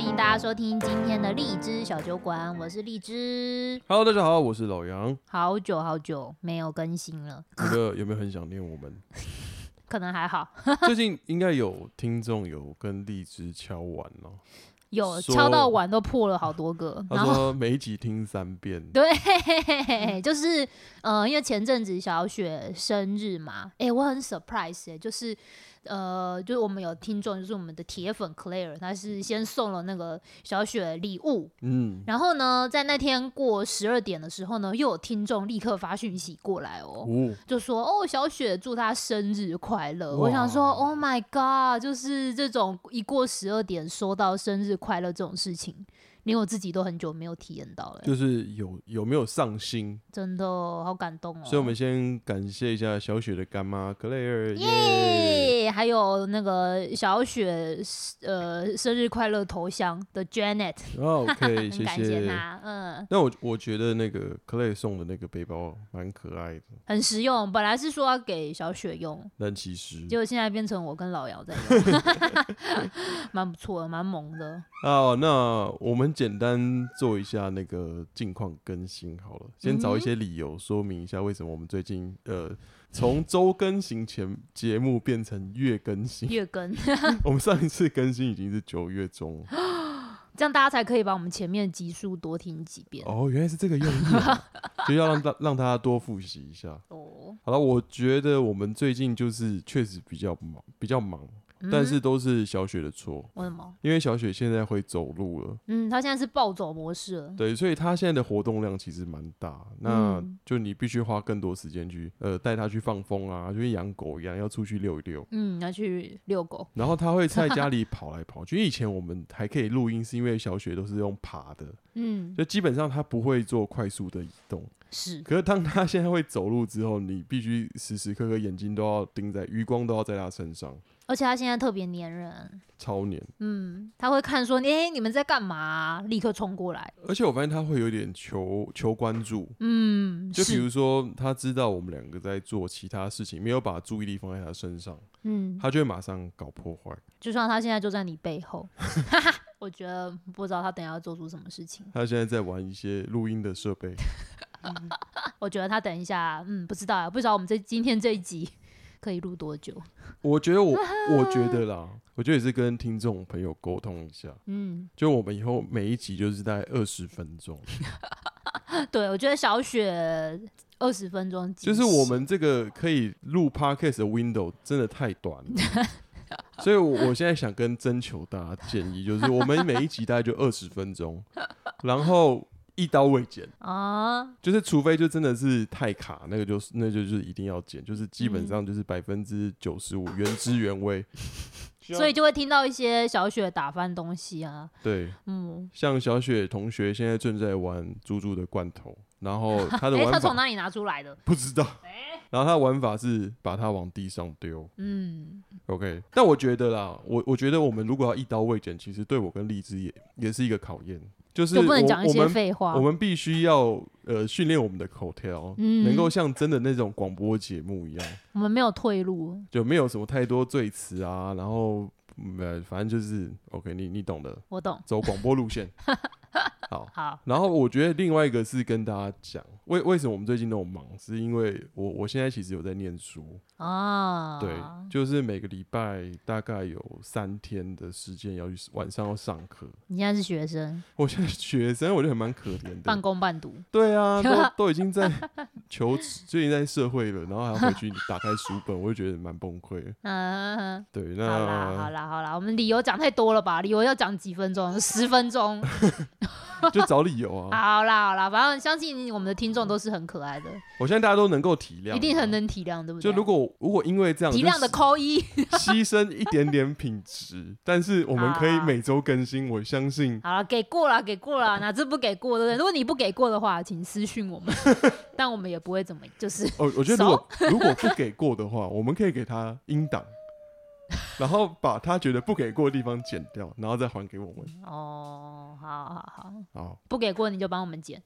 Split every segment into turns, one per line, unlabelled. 迎大家收听今天的荔枝小酒馆，我是荔枝。
Hello，大家好，我是老杨。
好久好久没有更新了，
那个有没有很想念我 们？
可能还好，
最近应该有听众有跟荔枝敲完 哦，
有
说
敲到碗都破了好多个。然
他
后
说每一集听三遍。
对，就是呃，因为前阵子小雪生日嘛，诶，我很 surprise 哎、就是呃，就是我们有听众，就是我们的铁粉 Claire，他是先送了那个小雪礼物，
嗯，
然后呢，在那天过十二点的时候呢，又有听众立刻发讯息过来哦，
哦，
就说哦，小雪祝她生日快乐。我
哇
想说，Oh my god，就是这种一过十二点收到生日快乐这种事情，连我自己都很久没有体验到了、
就是有有没有上心？
真的好感动哦。
所以我们先感谢一下小雪的干妈 Claire，耶！
耶还有那个小雪呃生日快乐头像的 Janet，
哦 OK，
很
谢
感谢
谢。
她，嗯，
那我我觉得那个 Claire 送的那个背包蛮可爱的，
很实用。本来是说要给小雪用，
但其实
结果现在变成我跟老姚在用， 蛮不错的，蛮萌的。
哦，那我们简单做一下那个近况更新好了，先找一些理由说明一下为什么我们最近呃从周更新前节目变成月更新。
月更，
我们上一次更新已经是九月中了
这样大家才可以把我们前面的集数多听几遍。
哦，原来是这个用意、啊，就要让大让大家多复习一下。
哦，
好了，我觉得我们最近就是确实比较忙，比较忙，但是都是小雪的错，
嗯为什么？
因为小雪现在会走路了。
嗯，他现在是暴走模式了。
对，所以他现在的活动量其实蛮大，那
嗯
就你必须花更多时间去呃带他去放风啊，就跟养狗一样要出去遛一遛。
嗯，要去遛狗。
然后他会在家 里跑来跑去。因为以前我们还可以录音，是因为小雪都是用爬的，
嗯，
就基本上他不会做快速的移动。
是，
可是当他现在会走路之后，你必须时时刻刻眼睛都要盯在，余光都要在他身上，
而且他现在特别粘人。
超黏。
嗯，他会看说，哎、你们在干嘛啊、立刻冲过来。
而且我发现他会有点求求关注，
嗯，
就比
是
如说他知道我们两个在做其他事情，没有把注意力放在他身上。
嗯，
他就会马上搞破坏，
就算他现在就在你背后， 我觉得不知道他等一下要做出什么事情。
他现在在玩一些录音的设备，
啊我觉得他等一下，嗯，不知道啊，不知道我们这今天这一集可以录多久。
我觉得我我觉得啦，我觉得也是跟听众朋友沟通一下，
嗯，
就我们以后每一集就是大概二十分钟，
对，我觉得小雪二十分钟即
就
止，
是我们这个可以录 podcast 的 window 真的太短 了。所以我，我现在想跟征求大家建议，就是我们每一集大概就二十分 钟，然后一刀未剪，
啊，
就是除非就真的是太卡，那个就是那就就是一定要剪，就是基本
嗯
上就是百分之九十五原汁原 味。
所以就会听到一些小雪打翻东西啊，
对，
嗯，
像小雪同学现在正在玩猪猪的罐头，然 后他的
诶，他
玩
从
法
哪里拿出来的？
不知道，然后他的玩法是把它往地上丢。
嗯，
OK，但我觉得啦，我我觉得我们如果要一刀未剪，其实对我跟荔枝也也是一个考验，就是
就
我
不能讲一
我
些
们
废话
我。们必须要呃训练我们的口条，
嗯
能够像真的那种广播节目一样。
我们没有退路，
就没有什么太多赘词啊，然后嗯呃，反正就是 OK，你你懂的，
我懂。
走广播路 线。好，
好，
然后我觉得另外一个是跟大家讲，为为什么我们最近那么忙，是因为我我现在其实有在念书，
啊，
对，就是每个礼拜大概有三天的时间要去晚上要上课。
你现在是学生，
我现在学生，我就很蛮可怜
半
的。
工半读，
对啊，都都已经在求职，最近在社会了，然后还要 回去打开书本，我就觉得蛮崩溃的。
嗯，
对，那
好啦，好啦，好啦，我们理由讲太多了吧？理由要讲几分钟？十分 钟？
就找理由啊！
好啦，好啦，反正相信我们的听众都是很可爱的，
我相信大家都能够体谅，
一定很。能体谅，对不对？
啊就如果如果因为这样
体谅的
就
扣一，
牺牺牲一点点品质，但是我们可以
啊
每周更新，我相信
好了，给过了，给过 了，哪次不给过，对不对？如果你不给过的话，请私讯我们，但我们也不会怎么，就是
哦，我觉得如果如果不给过的话，我们可以给他音档，然后把他觉得不给过的地方剪掉，然后再还给我们。
哦，好好好，
好，
不给过你就帮我们剪，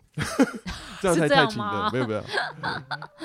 这样
是
太
这
太
样
勤
吗
了，没有 没有。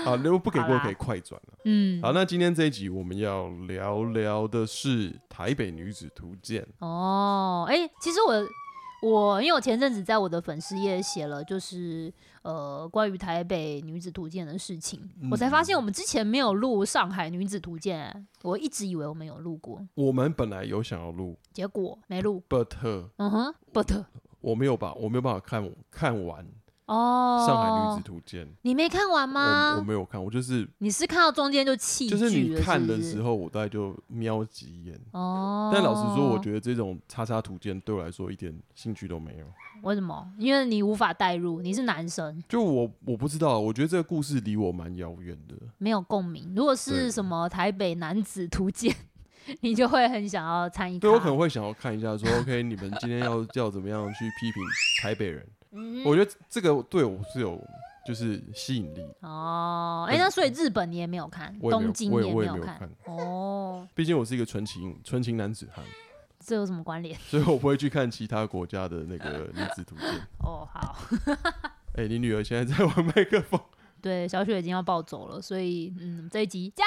好，如果不给
好
过
啦
可以快转了。
嗯，
好，那今天这一集我们要聊聊的是《台北女子图鉴》。
哦，哎、其实我我因为我前阵子在我的粉丝页写了，就是呃关于台北女子图鉴的事情，
嗯
我才发现我们之前没有录上海女子图鉴、我一直以为我们有录过，
我们本来有想要录
结果没录。
，but 呃
嗯哼，but
我没有把我没有办法看看完
哦，
《上海女子图鉴》
你没看完
我我
吗？
没有看，我就是
你是看到中间就弃剧
就
了，
是
是
你看
不
的
是
时候，我大概就瞄几眼。
哦。
但老实说，我觉得这种叉叉图鉴对我来说一点兴趣都没有。
为什么？因为你无法代入，你是男生，
就我我不知道，我觉得这个故事离我蛮遥远的。
没有共鸣。如果是
对
什么台北男子图鉴， 你就会很想要参与。
对我可能会想要看一下说 OK，你们今天要要怎么样去批评台北 人？
嗯
我觉得这个对我是有就是吸引力。
哦，哎、
可是
那所以日本你也没有看，
我也没有
东京
我也我
没
也没有
看。
看
哦，
毕竟我是一个纯情纯情男子汉，
这有什么关联？
所以我不会去看其他国家的那个女子图鉴。
哦，好，
哎、你女儿现在在玩麦克风，
对，小雪已经要暴走了，所以嗯，这一集加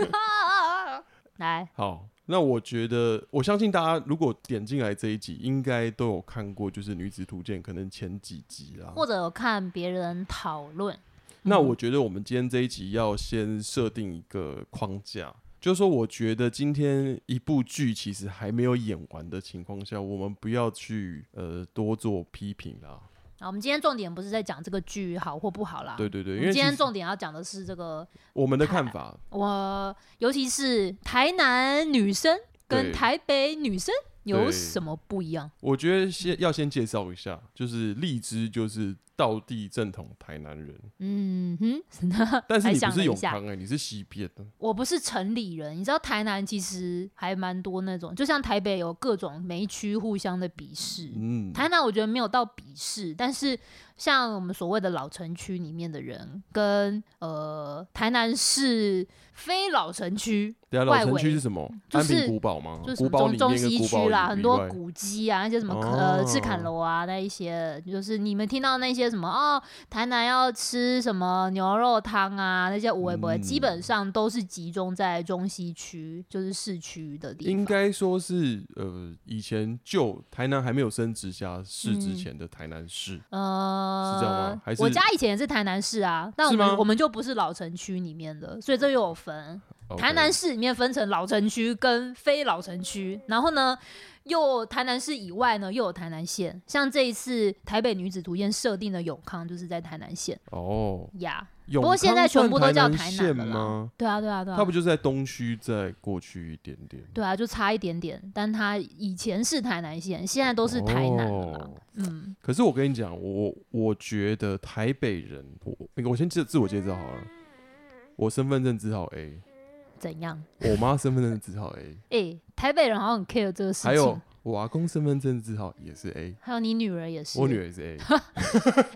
油！ 来，
好，那我觉得，我相信大家如果点进来这一集，应该都有看过，就是《女子图鉴》可能前几集啦。
或者有看别人讨论。
那
嗯
我觉得我们今天这一集要先设定一个框架，就是说，我觉得今天一部剧其实还没有演完的情况下，我们不要去呃多做批评啦。
好，我们今天重点不是在讲这个剧好或不好啦。
对对对，
我
因
们
为
今
其
天
实
重点要讲的是这个，
我们的看法，
我尤其是台南女生跟
对
台北女生有
对
什么不一样？
我觉得先要先介绍一下，就是荔枝就是道地正统台南人，
嗯哼，
但是
还
你不
想了
是
一
永
下
康哎、你是西边的。
我不是城里人，你知道台南其实还蛮多那种，就像台北有各种每一区互相的鄙视。
嗯，
台南我觉得没有到鄙视，但是像我们所谓的老城区里面的人，跟呃台南市非老城区，
等下
外
啊老城区
围嗯
是什么？
就
安
是
平古堡吗
就是？什
古
么
堡里
中中
面跟
西
古堡
区啦，
以
很多
外
古迹啊，那些什么、呃赤坎
哦
楼啊，那一些就是你们听到那些什么哦，台南要吃什么牛肉汤啊，那些我也不会，基本
嗯
上都是集中在中西区，就是市区的地方。
应该说是呃，以前旧台南还没有升直辖市之
嗯
前的台南市，
呃，
是这样吗还
我
是
家以前也是台南市啊，但我
是
们
吗
我们就不是老城区里面的，所以这又有分。
OK
台南市里面分成老城区跟非老城区，然后呢，又台南市以外呢又有台南县，像这一次台北女子图鉴设定的永康就是在台南县
哦，
呀。
永
过现
康
在全
算
部都叫台
南
南
县
了啦
吗？
对啊，对啊，对
它
啊
不，就是在东区再过去一点点？
对啊，就差一点点，但它以前是台南县，现在都是台南了啦。
哦
嗯，
可是我跟你讲，我我觉得台北人，我我先自自我介绍好了，我身份证字号 A，
怎样？
我妈身份证字号 A，
诶、台北人好像很 care 这个事情。
还有我阿公身份证字号也是 A，
还有你女儿也是，
我女儿也是 A。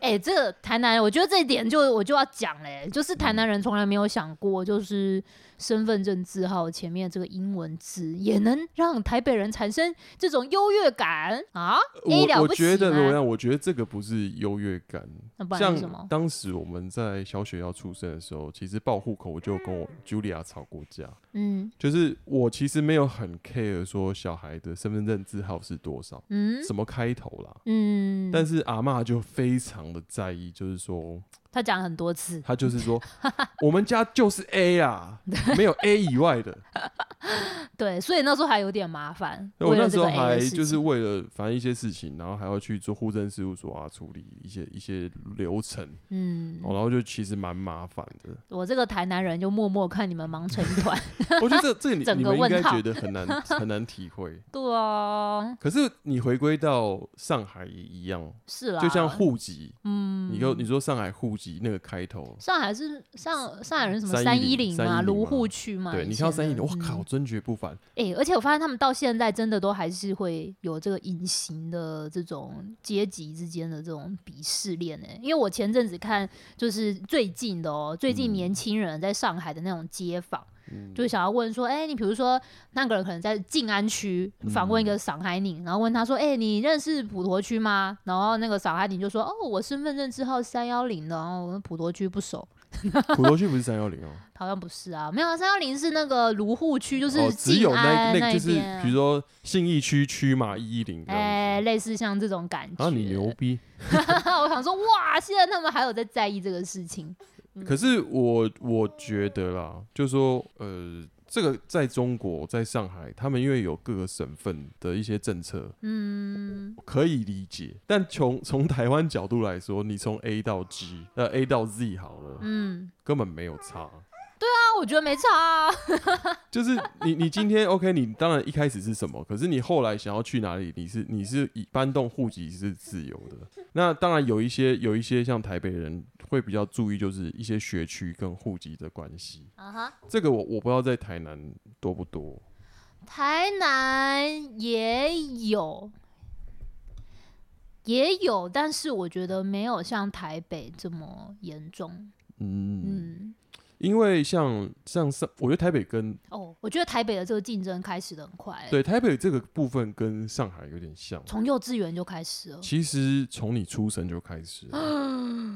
哎、这个台南，我觉得这一点就我就要讲嘞、就是台南人从来没有想过，就是身份证字号前面这个英文字也能让台北人产生这种优越感啊？A
我
了
我
不起
觉得怎么
吗？
样？我觉得这个不是优越感，
那不然是什
像
么？
当时我们在小雪要出生的时候，其实报户口我就跟我 Julia 吵过架，
嗯
就是我其实没有很 care 说小孩的身份证字号是多少，
嗯
什么开头啦。
嗯，
但是阿嬷就非常的在意，就是说，
他讲了很多次，
她就是说，我们家就是 A 啊，没有 A 以 外的。
对，所以那时候还有点麻烦。
我
为了
那时候
这个 A
还
的事
就是
情
为了反正一些事情，然后还要去做户政事务所啊，处理一些一些流程。
嗯，
哦，然后就其实蛮麻烦的。
我这个台南人就默默看你们忙成一团。
我觉得这这个你
整
你
个
们应
问
该
号
觉得很难很难体会。
对啊，
可是你回归到上海也一样，哦
是啦，
就像户籍，
啊嗯，
你说你说上海户籍那个开头，
上海是上上海人什么三一
310
零嘛，
310
卢
嘛
沪区嘛。
对
以
你
前
看到三一
的
零，我
嗯
靠，真绝不凡。
哎、而且我发现他们到现在真的都还是会有这个隐形的这种阶级之间的这种鄙视链哎、因为我前阵子看，就是最近的哦、最近
嗯
年轻人在上海的那种街访，
嗯
就想要问说，哎、你比如说那个人可能在静安区
嗯
访问一个上海宁，然后问他说，哎、你认识普陀区吗？然后那个上海宁就说，哦，我身份证字号三幺零的，然后我们普陀区不熟。
普陀区不是三幺零哦，
好像不是啊，没有三幺零是那个卢户区， 就
哦
是
只有
静安
那
那
那个就是
边啊
比如说信义区区嘛一一零这
哎、
样子。
类似像这种感觉。
啊，你 牛逼！
我想说，哇，现在他们还有在在意这个事情。
可是我我觉得啦，就说呃，这个在中国，在上海，他们因为有各个省份的一些政策，
嗯，
可以理解。但从从台湾角度来说，你从 A 到 G，呃 A 到 Z 好了，
嗯，
根本没有差。
那我觉得没差啊。
就是你你今天 OK，你当然一开始是什么，可是你后来想要去哪里，你是你是以搬动户籍是自由的。那当然有一些有一些像台北人会比较注意，就是一些学区跟户籍的关系。
啊哈，
这个我我不知道在台南多不多，
台南也有，也有，但是我觉得没有像台北这么严重。
嗯，
嗯，
因为像像上，我觉得台北跟
哦，我觉得台北的这个竞争开始的很快、欸，
对台北这个部分跟上海有点像。
从幼稚园就开始了。
其实从你出生就开始了，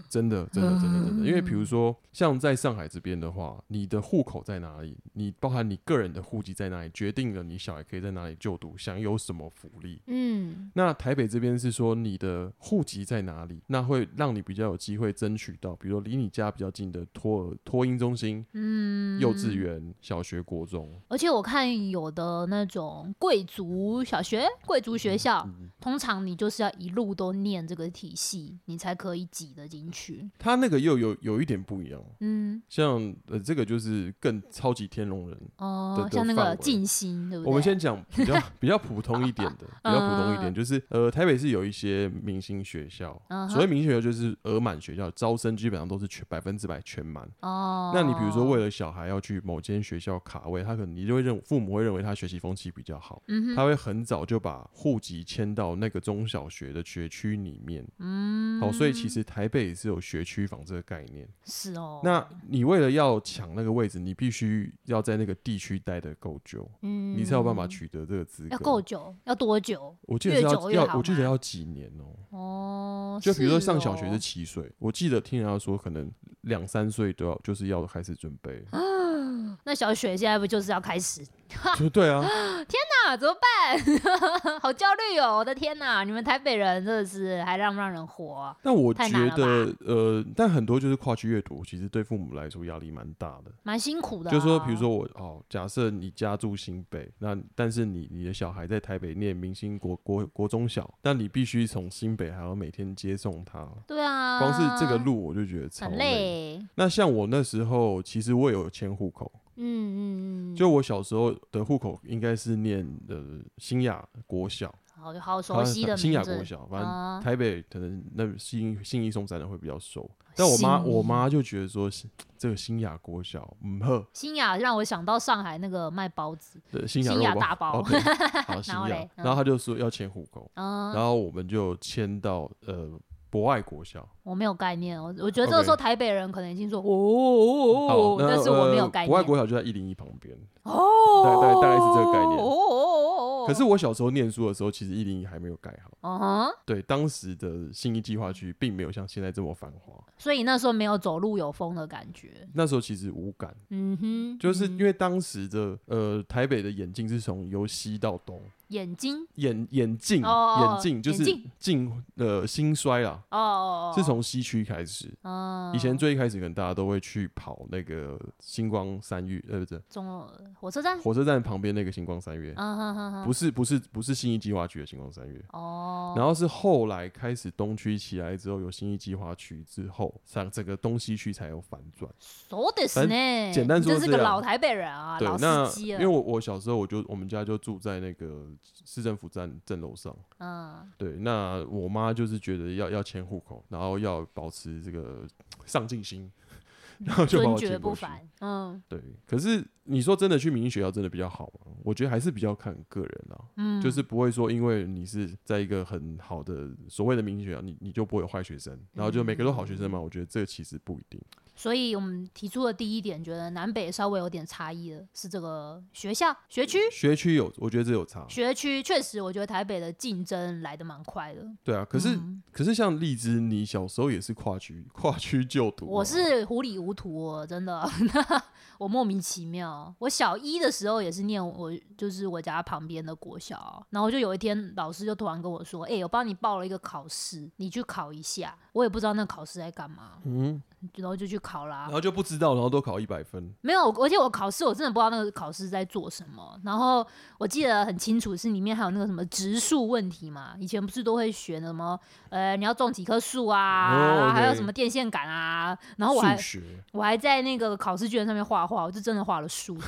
真的，真的，真的，真的。因为比如说，像在上海这边的话，你的户口在哪里，你包含你个人的户籍在哪里，决定了你小孩可以在哪里就读，享有什么福利。
嗯，
那台北这边是说你的户籍在哪里，那会让你比较有机会争取到，比如说离你家比较近的托儿托婴中心、嗯、幼稚园、小学、国中。
而且我看有的那种贵族小学、贵族
嗯
学校，通常你就是要一路都念这个体系，你才可以挤得进去。
它那个又有有一点不一样，
嗯，
像呃这个就是更超级天龙人，的
哦
的，
像那
范
个
围
静心，对不对？嗯
我们先讲 比较比较普通一点的，比较普通一点，就是呃，台北是有一些明星学校，
嗯哼
所谓明星学校就是额满学校，招生基本上都是全百分之百全满。
哦，
那你比如说为了小孩要去某间学校卡位，他可能你就会认父母会认为他学习风气比较好，
嗯哼
他会很早就把户籍迁到那个中小学的学区里面。
嗯，
好，所以其实台北也是有学区房这个概念。
是哦，
那你为了要抢那个位置，你必须要在那个地区待得够久。
嗯
你才有办法取得这个资格。
要够久，要多久？
我记得是
越
要
久越好
要，我记得
嘛
要几年哦、
哦，
就比如说上
哦
小学是七岁，我记得听人家说可能两三岁都要，就是要开始准备。
啊哦那小学现在不就是要开始？
就对啊，
那怎么办？ 好焦虑哦！我的天哪，你们台北人真的是还让不让人活啊、
但我
太
觉
难了
得呃，但很多就是跨区阅读，其实对父母来说压力蛮大的。
蛮辛苦的啊、
就说比如说我哦，假设你家住新北，那但是你你的小孩在台北念明星国国国中小，那你必须从新北还要每天接送他，
对啊，
光是这个路我就觉得超
很
累。
累。
那像我那时候，其实我有迁户口，
嗯嗯嗯，
就我小时候的户口应该是念呃新雅国小，
好好熟悉的名字。
新雅国小，反正
啊，
台北可能那新信义松山的会比较熟，但我妈
信义
我妈就觉得说这个新雅国小，嗯呵，
新雅让我想到上海那个卖包子，
对新雅
新雅
肉
大包
哦 对好新
然后
雅
嘞，嗯
然后她就说要迁户口，
嗯，
然后我们就迁到呃博爱国小，
我没有概念，我我觉得这个时候
OK
台北人可能已经说哦哦哦
好
哦，，
那
但是我没有
呃
概
博爱
念。
国小就在一零一旁边，
哦，
大概大概是这个概念
哦哦哦哦哦，
可是我小时候念书的时候，其实一零一还没有盖好。
嗯哼，
对，当时的信义计划区并没有像现在这么繁华。
所以那时候没有走路有风的感觉。
那时候其实无感，
嗯哼，
就是
嗯
因为当时的呃台北的眼镜是从由西到东，
眼睛
眼眼镜
哦
眼镜就是
眼镜
镜呃兴衰啦，
哦哦，哦
是从西区开始。
嗯
以前最一开始可能大家都会去跑那个星光三月，呃不是
中火车站，
火车站旁边那个星光三月，
嗯哼哼哼，
不是不是不是信义计划区的星光三月。
哦，
然后是后来开始东区起来之后，有新义计划区之后，上整个东西区才有反转。
そうです
反
ね。
简单说
这是
这
个
样
老台北人啊，
对
老，
那
司机
因
了。
为我我小时候我就我们家就住在那个市政府站正楼上，
嗯，
对，那我妈就是觉得要要迁户口，然后要保持这个上进心，然后就把
尊
我
爵
迁
不
过去。
凡。嗯
对，可是你说真的去民营学校真的比较好吗？我觉得还是比较看个人啦、
嗯，
就是不会说因为你是在一个很好
嗯
的所谓的民营学校，你你就不会有坏学生，然后就每个都好学生嘛？我觉得这个其实不一定。
所以我们提出的第一点，觉得南北稍微有点差异的是这个学校学区。
学区有，我觉得这有差。
学区确实，我觉得台北的竞争来的蛮快的。
对啊，可是、
嗯
可是像荔枝，你小时候也是跨区跨区就读啊，
我是糊里糊涂哦，真的， 我莫名其妙。我小一的时候也是念我就是我家旁边的国小，然后就有一天老师就突然跟我说：“哎、我帮你报了一个考试，你去考一下。”我也不知道那考试在干嘛，
嗯，
然后就去考啦
然。后就不知道，然后都考一百分，
没有，而且我考试我真的不知道那个考试在做什么。然后我记得很清楚，是里面还有那个什么植树问题嘛，以前不是都会学什么呃你要种几棵树啊，
哦，OK
还有什么电线杆啊，然后我还
数学
我还在那个考试卷上面画画，我就真的画了书，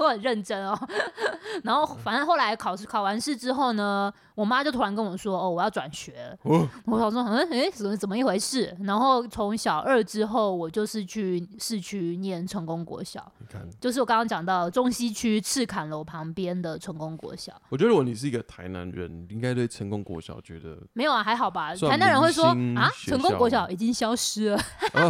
我很认真哦。 然后反正后来考试考完试之后呢，我妈就突然跟我说：“哦，我要转学了。
哦，
我想说：“嗯，诶，怎么怎么一回事？”然后从小二之后，我就是去市区念成功国小，
你看，
就是我刚刚讲到中西区赤坎楼旁边的成功国小。
我觉得如果你是一个台南人，你应该对成功国小觉得
没有啊，还好吧。
算
台南人会说
明星
啊，
学
成功国
校
小已经消失 了。
啊，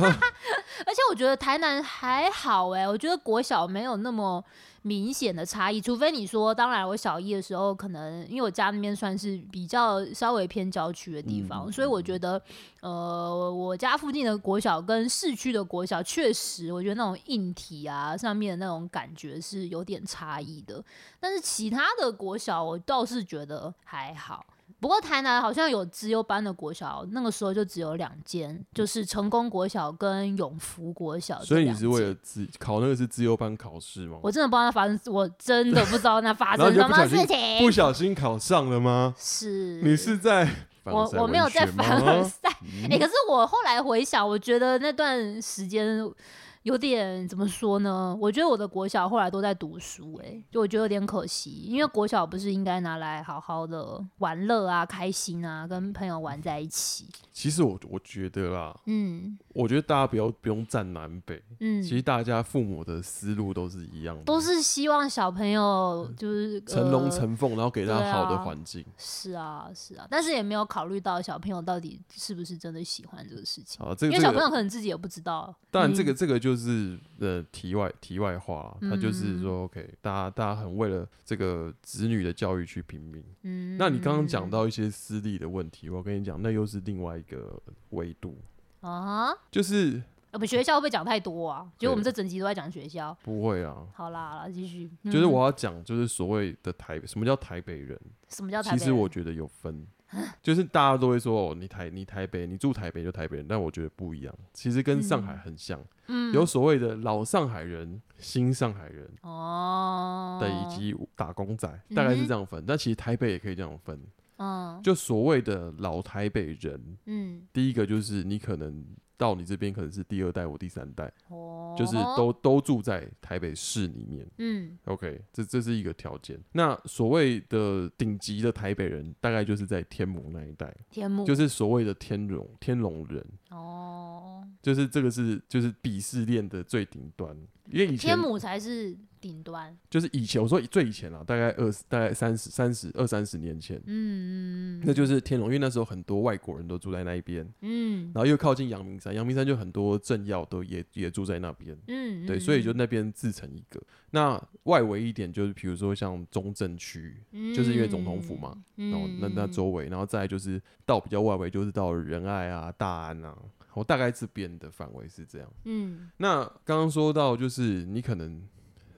而且我觉得台南还好哎、我觉得国小没有那么明显的差异，除非你说，当然我小一的时候，可能因为我家那边算是比较稍微偏郊区的地方，
嗯
所以我觉得，呃，我家附近的国小跟市区的国小，确实我觉得那种硬体啊上面的那种感觉是有点差异的，但是其他的国小我倒是觉得还好。不过台南好像有资优班的国小，那个时候就只有两间，就是成功国小跟永福国小哦这
所以
两间。
你是为了自考那个是自由班考试吗？
我真的不知道那发生，我真的不知道那发
然
生
后你就
什
不
么
小
事
心
情
不。小心考上了吗？
是
你是在
我我没有在凡
凡
尔赛，
嗯
哎、可是我后来回想，我觉得那段时间有点怎么说呢？我觉得我的国小后来都在读书、哎，就我觉得有点可惜，因为国小不是应该拿来好好的玩乐啊、开心啊，跟朋友玩在一起。
其实我我觉得啦，
嗯
我觉得大家不要不用站南北，
嗯，
其实大家父母的思路都是一样的，
都是希望小朋友就是
嗯成龙
呃
成凤，然后给
对
他
啊
好的环境。
是啊是啊，但是也没有考虑到小朋友到底是不是真的喜欢这个事情。
好，这
因
个
为
哦
小
这
朋
个，
友可能自己也不知道，
当然
嗯
这个这个就是呃题外题外话啦，他就是
嗯
说 OK，大家大家很为了这个子女的教育去拼命。
嗯，
那你刚刚讲到一些私立的问题，我跟你讲，那又是另外一个维度，
啊，
就是
我们学校会呃不会讲太多啊？觉
对
得我们这整集都在讲学校。
不会啊，
好啦，好啦，继续。
就是
嗯
我要讲，就是所谓的台，什么叫台北人？
什么叫台北
其
人？
实我觉得有 分，就是大家都会说哦，你台你台北，你住台北就台北人，但我觉得不一样，其实跟上海很像，
嗯
有所谓的老上海人、新上海人
哦
的以及打工仔，大概是这样分。但其实台北也可以这样分，
嗯
就所谓的老台北人，
嗯
第一个就是你可能到你这边可能是第二代或第三代，
哦，
就是都都住在台北市里面。
嗯
OK，这这是一个条件。那所谓的顶级的台北人，大概就是在天母那一带，
天幕
就是所谓的天龙天龙人，
哦，
就是这个是就是鄙视链的最顶端。因为以前
天母才是顶端。
就是以前我说最以前啦，大概二十大概三十三十二三十年前，
嗯嗯
那就是天龙，因为那时候很多外国人都住在那一边，
嗯
然后又靠近阳明山，阳明山就很多政要都也也住在那边。
嗯，
对，
嗯
所以就那边自成一个。那外围一点就是，比如说像中正区，就是因为总统府嘛，
嗯
然后那那周围，然后再来就是到比较外围，就是到仁爱啊、大安啊，我大概这边的范围是这样。
嗯
那刚刚说到就是你可能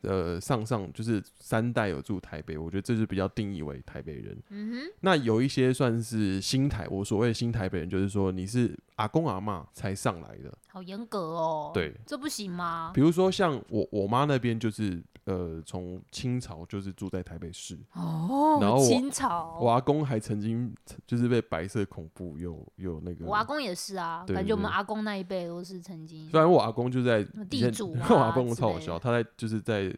呃上上就是三代有住台北，我觉得这是比较定义为台北人。
嗯
那有一些算是新台，我所谓新台北人，就是说你是阿公阿嬷才上来的，
哼，好严格哦。，
对。
这不行吗？
比如说像我我妈那边就是呃从清朝就是住在台北市，
哦，
然后我
清朝，
我阿公还曾经就是被白色恐怖有有那个
我阿公也是啊，
对
感
对
觉我们
对
阿公那一辈都是曾经
虽然我阿公就在
么
以
地
前
主
我
啊
阿公
之
超好
类
笑，
的
他在就是在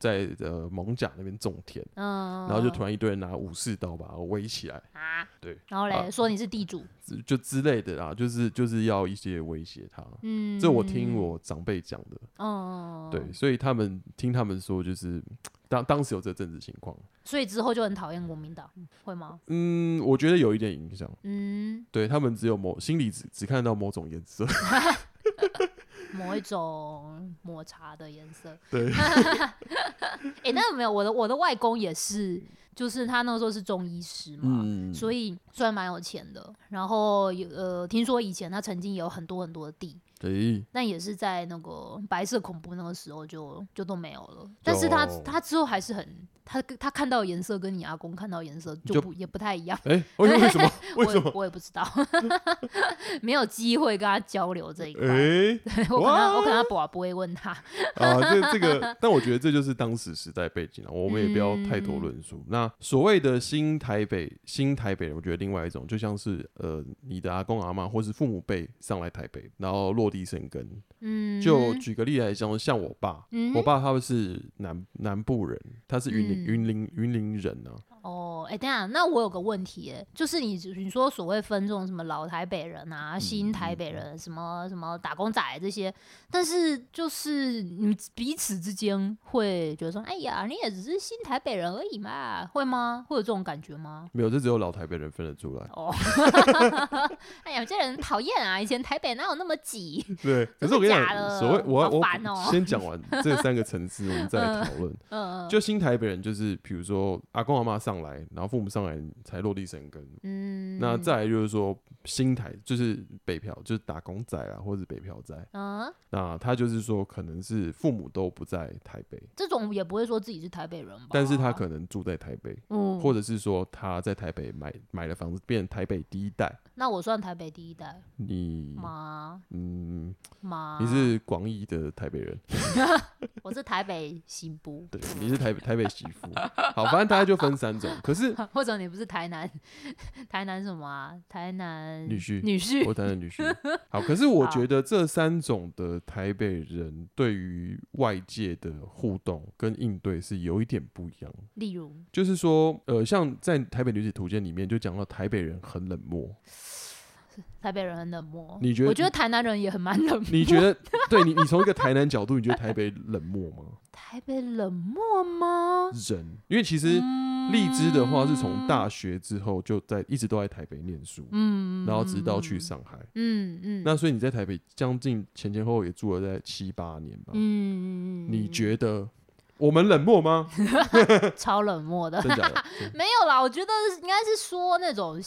在呃蒙甲那边种田，
嗯，
然后就突然一堆人拿武士刀把我围起来，
啊，
对，
然后
啊
嘞说你是地主，
之就之类的啦，就是就是要一些威胁他。
嗯，
这我听，我长辈讲的，
嗯，
对，，所以他们听他们说，就是当当时有这政治情况，
所以之后就很讨厌国民党，会吗？
嗯，我觉得有一点影响，
嗯，
对他们只有某心里只只看到某种颜色，
某一种抹茶的颜色。
对，
哎、那个没有，我的我的外公也是，就是他那时候是中医师嘛，
嗯，
所以算蛮有钱的。然后有呃，听说以前他曾经有很多很多的地，
对，
但也是在那个白色恐怖那个时候就就都没有了。但是他
就
他之后还是很他他看到的颜色跟你阿公看到的颜色就
就
不也不太一样。
哎、为 为什么？ 为
我
什
也
么？
我也不知道， 没有机会跟他交流这一块。
哎、
我可能
哇
我可能不不会问他。
啊，这 这个，但我觉得这就是当时时代背景了，我们也不要太
嗯
多论述。那所谓的新台北，新台北人，我觉得另外一种，就像是呃，你的阿公阿妈或是父母辈上来台北，然后落地生根。
嗯，
就举个例来讲，像我爸，
嗯
我爸他是南南部人，他是云林
嗯
云林云林人啊，
哦，哎、等一下，那我有个问题，哎，就是你你说所谓分这种什么老台北人
嗯
啊、新台北人、什么什么打工仔这些，但是就是你们彼此之间会觉得说，哎呀，你也只是新台北人而已嘛，会吗？会有这种感觉吗？
没有，这只有老台北人分得出来。
哦， 哎呀，这人很讨厌啊！以前台北哪有那么挤？
对，可
真
是我
的
跟你
假的
讲，所谓我
好
我
烦哦
先讲完这三个层次，我们再来讨论。
嗯
就新台北人，就是比如说阿公阿妈上来，然后父母上来才落地生根。
嗯，
那再来就是说新台，就是北漂，就是打工仔啊，或者是北漂仔。
嗯，
那他就是说，可能是父母都不在台北，
这种也不会说自己是台北人吧？
但是他可能住在台北，
嗯，
或者是说他在台北买买了房子，变成台北第一代。
那我算台北第一代
你
吗？
嗯，
吗？
你是广义的台北人，
我是台北新部，
对，你是台北台北媳妇。好，反正大家就分三种。可是
或者你不是台南，台南什么啊？台南
女婿
女
我
婿，
担任女婿。好，可是我
好
觉得这三种的台北人对于外界的互动跟应对是有一点不一样。
例如，
就是说，呃，像在《台北女子图鉴》里面就讲到台北人很冷漠，
台北人很冷漠，
你觉得
我觉得台南人也很蛮冷漠。
你觉得？对你，你从一个台南角度，你觉得台北冷漠吗？
台北冷漠吗？
人，因为其实荔枝的话是从大学之后就在一直都在台北念书，
嗯，
然后直到去上海。
嗯嗯，
那所以你在台北将近前前后后也住了在七八年吧？
嗯，
你觉得我们冷 漠吗？
超冷漠的，
真 假的？
没有啦，我觉得应该是说那种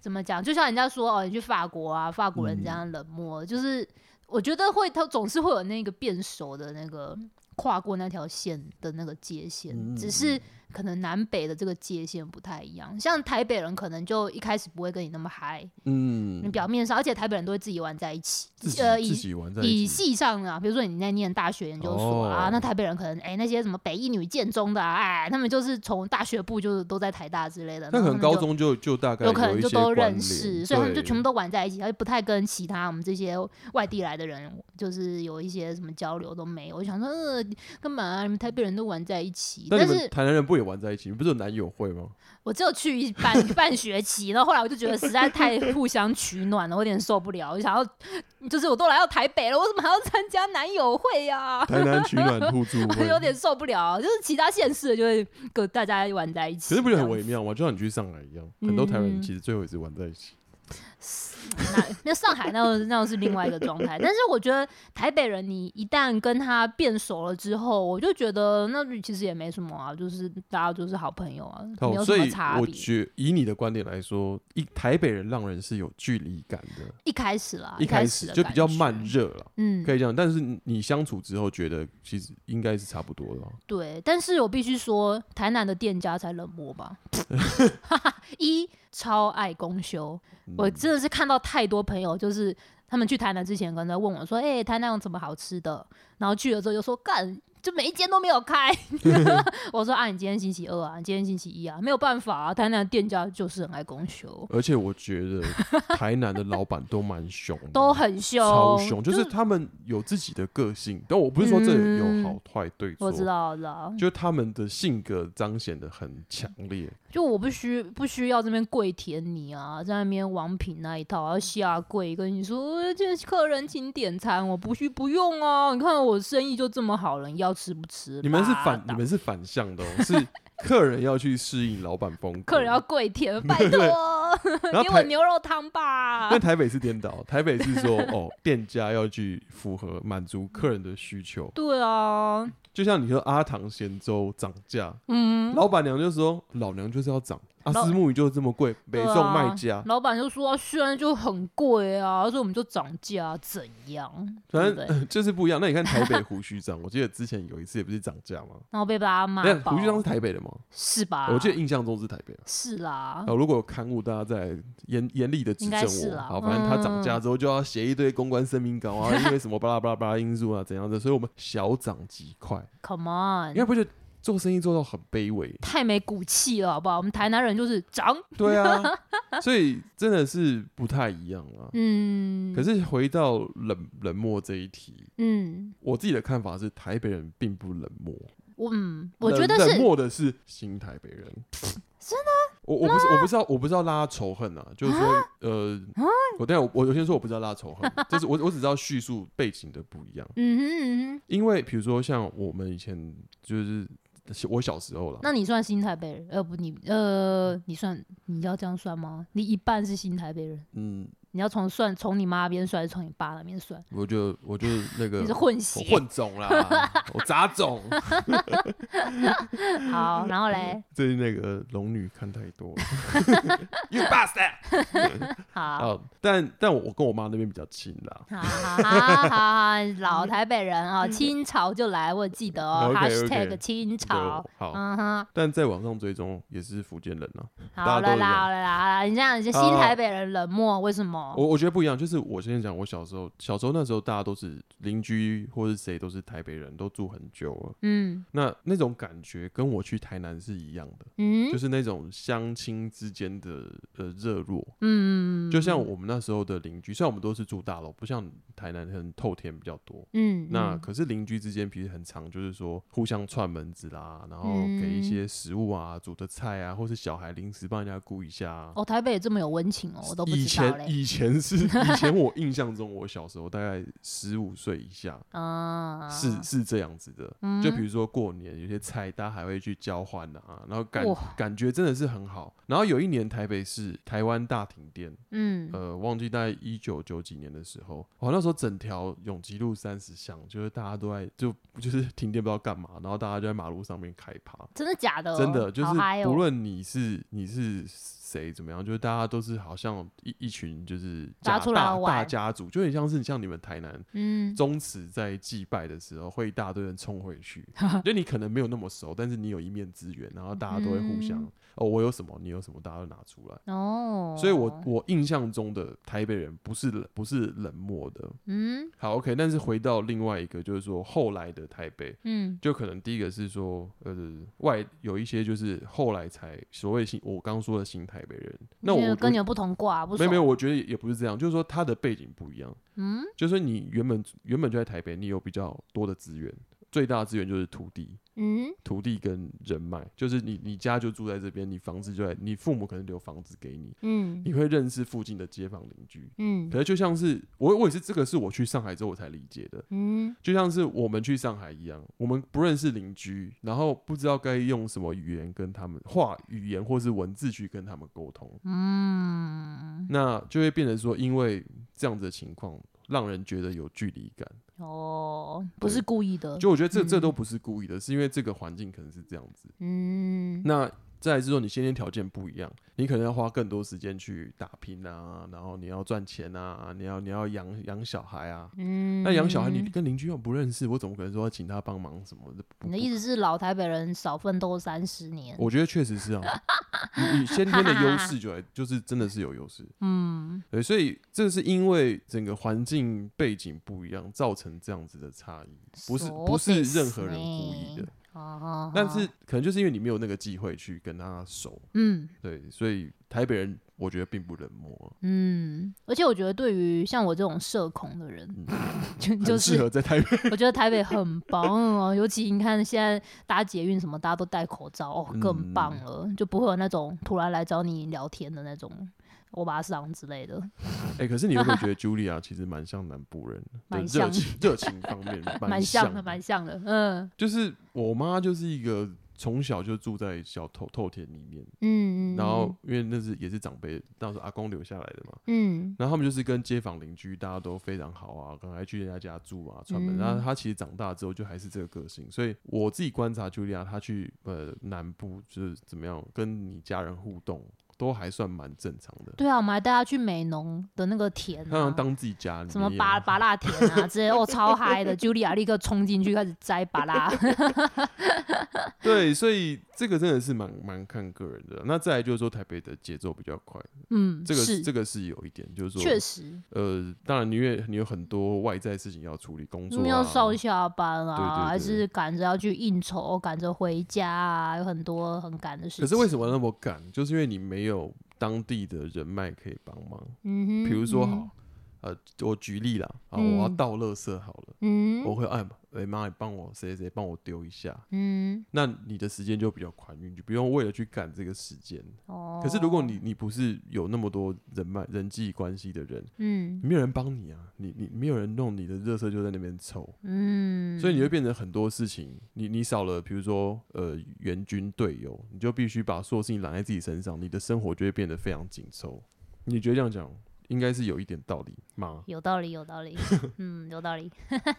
怎么讲，就像人家说哦，你去法国啊，法国人这样冷漠，就是我觉得会，他总是会有那个变熟的那个跨过那条线的那个界限，
嗯
只是可能南北的这个界限不太一样。像台北人可能就一开始不会跟你那么嗨，你
嗯，
表面上，而且台北人都会自己玩在一起
自，己
呃，
自
以
己玩在
以
一起，
系上啊，比如说你在念大学研究所啊，
哦
那台北人可能哎、那些什么北一女建中的、啊，哎，他们就是从大学部就是都在台大之类的，然
那
后
可
他
能
们
高
就
中就就大概
有可能
一
就
些
都
关
认
联，
识，所以他们就
对
全部都玩在一起，而不太跟其他我们这些外地来的人就是有一些什么交流都没有。我想说，呃，干嘛、你们台北人都玩在一起？
那
但
你们
是
台南人不也玩在一起？你不是有男友会 吗？
我只有去一半 半学期，然后后来我就觉得实在太互相取暖了，我有点受不了，我想要就是我都来到台北了，我怎么还要参加男友会呀、
台南取暖互助
我
会，
有点受不了，就是其他县市的就会跟大家玩在一起。
可是不觉得很
这
微
样
妙吗？就像你去上海一样，很多台湾人其实最后也是玩在一起。
嗯那 那上海那又那又是另外一个状态，但是我觉得台北人，你一旦跟他变熟了之后，我就觉得那其实也没什么啊，就是大家就是好朋友啊，没有
好，
什
哦所
么
以
差
我
别。
觉以你的观点来说，一台北人让人是有距离感的，
啊一开始啦，
一
开
开
始
始
的
就比较
感觉
慢。热了，
嗯
可，以这样。但是你相处之后，觉得其实应该是差不多的哦。
对，但是我必须说，台南的店家才冷漠 吧。一超爱公休，我
嗯
真的是看到太多朋友，就是他们去台南之前，可能在问我说：“哎、台南有什么好吃的？”然后去了之后就说：“干，就每一间都没有 开。”我说：“啊，你今天星期二啊，你今天星期一啊，没有办法啊，台南的店家就是很爱公休，
而且我觉 得台南的老板都蛮凶的，
都很凶，
超凶，就是他们有自己的个性。但我不是说这
嗯
有好坏对错，
我知道了，
就他们的性格彰显的很强烈。
就我不需不需要这边跪舔你啊，在那边王品那一套，然后下跪跟你说，呃这客人请点餐，我不需不用哦、你看我生意就这么好了，你要吃不吃？
你们是
拉
反，
倒
你们是反向的哦，是客人要去适应老板风格，
客人要跪舔，拜
对
托，
然
给
后
我
台
牛肉汤吧
但。台北是颠倒，台北是说哦，店家要去符合满足客人的需求，
对啊，
就像你说阿唐咸粥涨价，
嗯，
老板娘就说老娘就是要涨，啊，
老
私募鱼就是这么贵，
对
北
啊
宋卖家，
老板就说、啊，虽然就很贵啊，所以我们就涨价，怎样？
反
对不
正呃
对？
就是不一样。那你看台北胡 须章，我记得之前有一次也不是涨价吗？
然后被爸妈
那
啊爆啊
胡须章是台北的吗？
是吧？
我记得印象中是台北啊。
是啦，
哦，如果有刊物，大家再来严严厉的指
应该是
正我。
啦
好，反正它涨价之后就要写一堆公关声明稿啊，因为什么巴拉巴拉巴拉因素啊怎样的，所以我们小涨几块。
Come
你
on，
看不觉得做生意做到很卑微？
太没骨气了，好不好？我们台南人就是涨，
对 啊，所以真的是不太一样啊。
嗯，
可是回到冷冷漠这一题，
嗯，
我自己的看法是，台北人并不冷漠，
我嗯，我
冷
觉得
冷
是
漠的是新台北人。
真啊
的？我我不是我不知道我不知道拉仇恨啊，就是说呃，我但我我有些说我不知道拉仇恨， 就是我我只知道叙述背景的不一样，
嗯哼嗯哼，
因为比如说像我们以前就是我小时候啦，
那你算新台北人？呃，不，你呃，你算你要这样算吗？你一半是新台北人，
嗯，
你要从算从你妈那边算，还是从你爸那边算？
我就我就那个
你是混
我
血，
混种 啦，我杂种。
好，然后嘞，
最近那个龙女看太多 了 ，You bastard！
好。
啊，但但我跟我妈那边比较亲啦。
好好好好好，老台北人啊、清朝就来，我记得哦
OK，OK
，#hashtag 清
对
朝，
好，
嗯哼，
但在网上追踪也是福建人啊。
好
大家
了
都一样
啦，好了啦，好了啦，你这样就新台北人冷漠，为什么？
我我觉得不一样，就是我先讲我小时候，小时候那时候大家都是邻居或是谁都是台北人，都住很久了。
嗯
那那种感觉跟我去台南是一样的，
嗯
就是那种相亲之间的呃热络。
嗯，
就像我们那时候的邻居，虽然我们都是住大楼，不像台南很透天比较多，
嗯，嗯
那可是邻居之间其实很常就是说互相串门子啦，然后给一
嗯
些食物啊、煮的菜啊，或是小孩临时帮人家顾一下、啊。
哦，台北也这么有温情哦，我都不
以
知道
前
嘞。
以前是以 前我印象中，我小时候大概十五岁以下
啊，
是是这样子的。
嗯，
就比如说过年有些菜，大家还会去交换啊，然后感
哇
感觉真的是很好。然后有一年台北市台湾大停电，
嗯
呃，忘记在一九九几年的时候，哇，那时候整条永吉路三十巷，就是大家都在就就是停电不知道干嘛，然后大家就在马路上面开趴，
真的假的？
真的就
好
是
嗨哦
不论你是你是谁怎么样，就是大家都是好像一一群就是
大
家
家出来
大大
玩
家族，就很像是像你们台南
嗯
宗祠在祭拜的时候会一大堆人冲回去， 就你可能没有那么熟，但是你有一面之缘，然后大家都会互相、
嗯
哦，我有什么你有什么，大家都拿出来。
哦，
所以我我印象中的台北人不是冷不是冷漠的。
嗯
好，OK，但是回到另外一个，就是说后来的台北，
嗯
就可能第一个是说，呃，外有一些就是后来才所谓新，我刚刚说的新台北人。那
因为
我
跟你
我
们不同卦，不
没有没有，
熟
我觉得也不是这样，就是说他的背景不一样，
嗯
就是说你原本原本就在台北，你有比较多的资源，最大的资源就是土地。
嗯
土地跟人脉，就是你你家就住在这边，你房子就在，你父母可能留房子给你，
嗯
你会认识附近的街坊邻居，
嗯
可是就像是我，我也是这个是我去上海之后我才理解的，
嗯
就像是我们去上海一样，我们不认识邻居，然后不知道该用什么语言跟他们话语言或是文字去跟他们沟通，
嗯
那就会变成说，因为这样子的情况，让人觉得有距离感。
哦，不
对
是故意的，
就我觉得这这
嗯
都不是故意的，是因为这个环境可能是这样子。
嗯
那再来是说，你先天条件不一样，你可能要花更多时间去打拼啊，然后你要赚钱啊，你要你要养养小孩啊，
嗯，
那养小孩，你跟邻居又不认识，我怎么可能说要请他帮忙什么的？不
你的意思是老台北人少奋斗三十年？
我觉得确实是 啊，你你先天的优势就来，就是真的是有优势。
嗯
对，所以这是因为整个环境背景不一样，造成这样子的差异，不是
そう
不是
です
任何人故意的
ね。哦，
但是可能就是因为你没有那个机会去跟他熟，
嗯
对，所以台北人我觉得并不冷漠啊，
嗯，而且我觉得对于像我这种社恐的人，就 就
嗯很适
是
合在 台北。
我觉得台北很棒哦，尤其你看现在搭捷运什么，大家都戴口罩，哦，更棒
嗯
了，就不会有那种突然来找你聊天的那种。欧巴桑之类的，
哎、可是你有没有觉得 Julia 其实蛮像南部人的，
蛮
就
像
热情热情方面
蛮
像
像的，蛮像的，嗯
就是我妈就是一个从小就住在小透透田里面，
嗯嗯，
然后因为那是也是长辈，那时候阿公留下来的嘛，
嗯
然后他们就是跟街坊邻居大家都非常好啊，刚才去人家家住啊，串门。
嗯
然后他其实长大之后就还是这个个性，所以我自己观察茱莉亚，她去呃南部就是怎么样跟你家人互动，都还算蛮正常的。
对啊，我们还带他去美农的那个田、
她
啊
想。当自己家里
什么
面
拔
啊
拔辣田啊之类，哦，超嗨的！茱莉亚立刻冲进去开始摘拔辣。
对，所以这个真的是蛮蛮看个人的。那再来就是说台北的节奏比较快，
嗯，
这个
是
这个是有一点，就是说
确实，
呃，当然你也你有很多外在事情要处理，工作、
因
啊、
为要上下班啊，
对对对
还是赶着要去应酬，赶着回家啊，有很多很赶的事情。
可是为什么那么赶？就是因为你没有当地的人脉可以帮忙。
嗯哼，
比如说
嗯哼
好，，呃，我举例啦，啊，
嗯
我要倒垃圾好了，
嗯
我会哎哎妈，你帮我谁谁谁帮我丢一下，
嗯，
那你的时间就比较宽裕，你就不用为了去赶这个时间。
哦。
可是如果你你不是有那么多人脉人际关系的人，
嗯
没有人帮你啊，你你没有人弄你的垃圾就在那边臭。
嗯，？
所以你会变成很多事情，你你少了，比如说呃援军队友，你就必须把所有事情揽在自己身上，你的生活就会变得非常紧凑。你觉得这样讲应该是有一点道理吗
有道理，有道 理，嗯，有道理。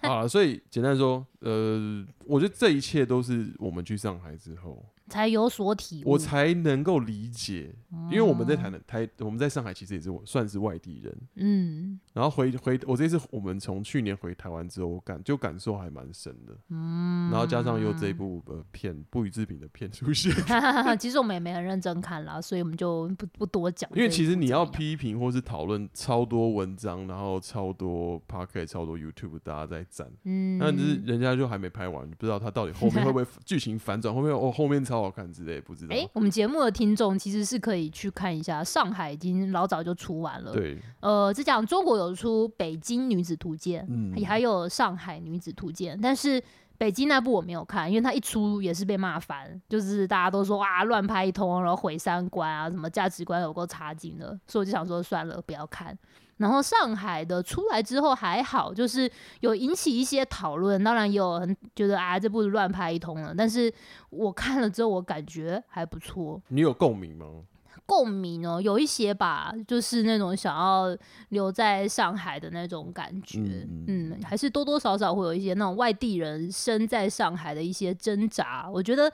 啊，所以简单说，呃，我觉得这一切都是我们去上海之后，
才有所体悟。
我才能够理解，因为我们在台南台我们在上海其实也是我算是外地人，
嗯
然后回回我这次我们从去年回台湾之后，我感就感受还蛮深的，嗯，然后加上又这一部呃片不予置评的片出现，
其实我们也没很认真看啦，所以我们就不不多讲这一部怎么样。
因为其实你要批评或是讨论超多文章，然后超多 p o c k e t 超多 YouTube 大家在赞，
嗯，
那、只是人家就还没拍完，你不知道他到底后面 会不会剧情反转，后面哦后面超好看之类，不知道。
哎、我们节目的听众其实是可以去看一下，上海已经老早就出完了。，
对，
呃，只讲中国有出《北京女子图鉴》
嗯，
也还有《上海女子图鉴》，但是北京那部我没有看，因为它一出也是被骂翻，就是大家都说啊乱拍一通，然后毁三观啊，什么价值观有够差劲的，所以我就想说算了，不要看。然后上海的出来之后还好，就是有引起一些讨论，当然也有很觉得啊这部乱拍一通了，但是我看了之后我感觉还不错，
你有共鸣吗？
共鸣哦，有一些吧，就是那种想要留在上海的那种感觉，
嗯
嗯还是多多少少会有一些那种外地人身在上海的一些挣扎。我觉得，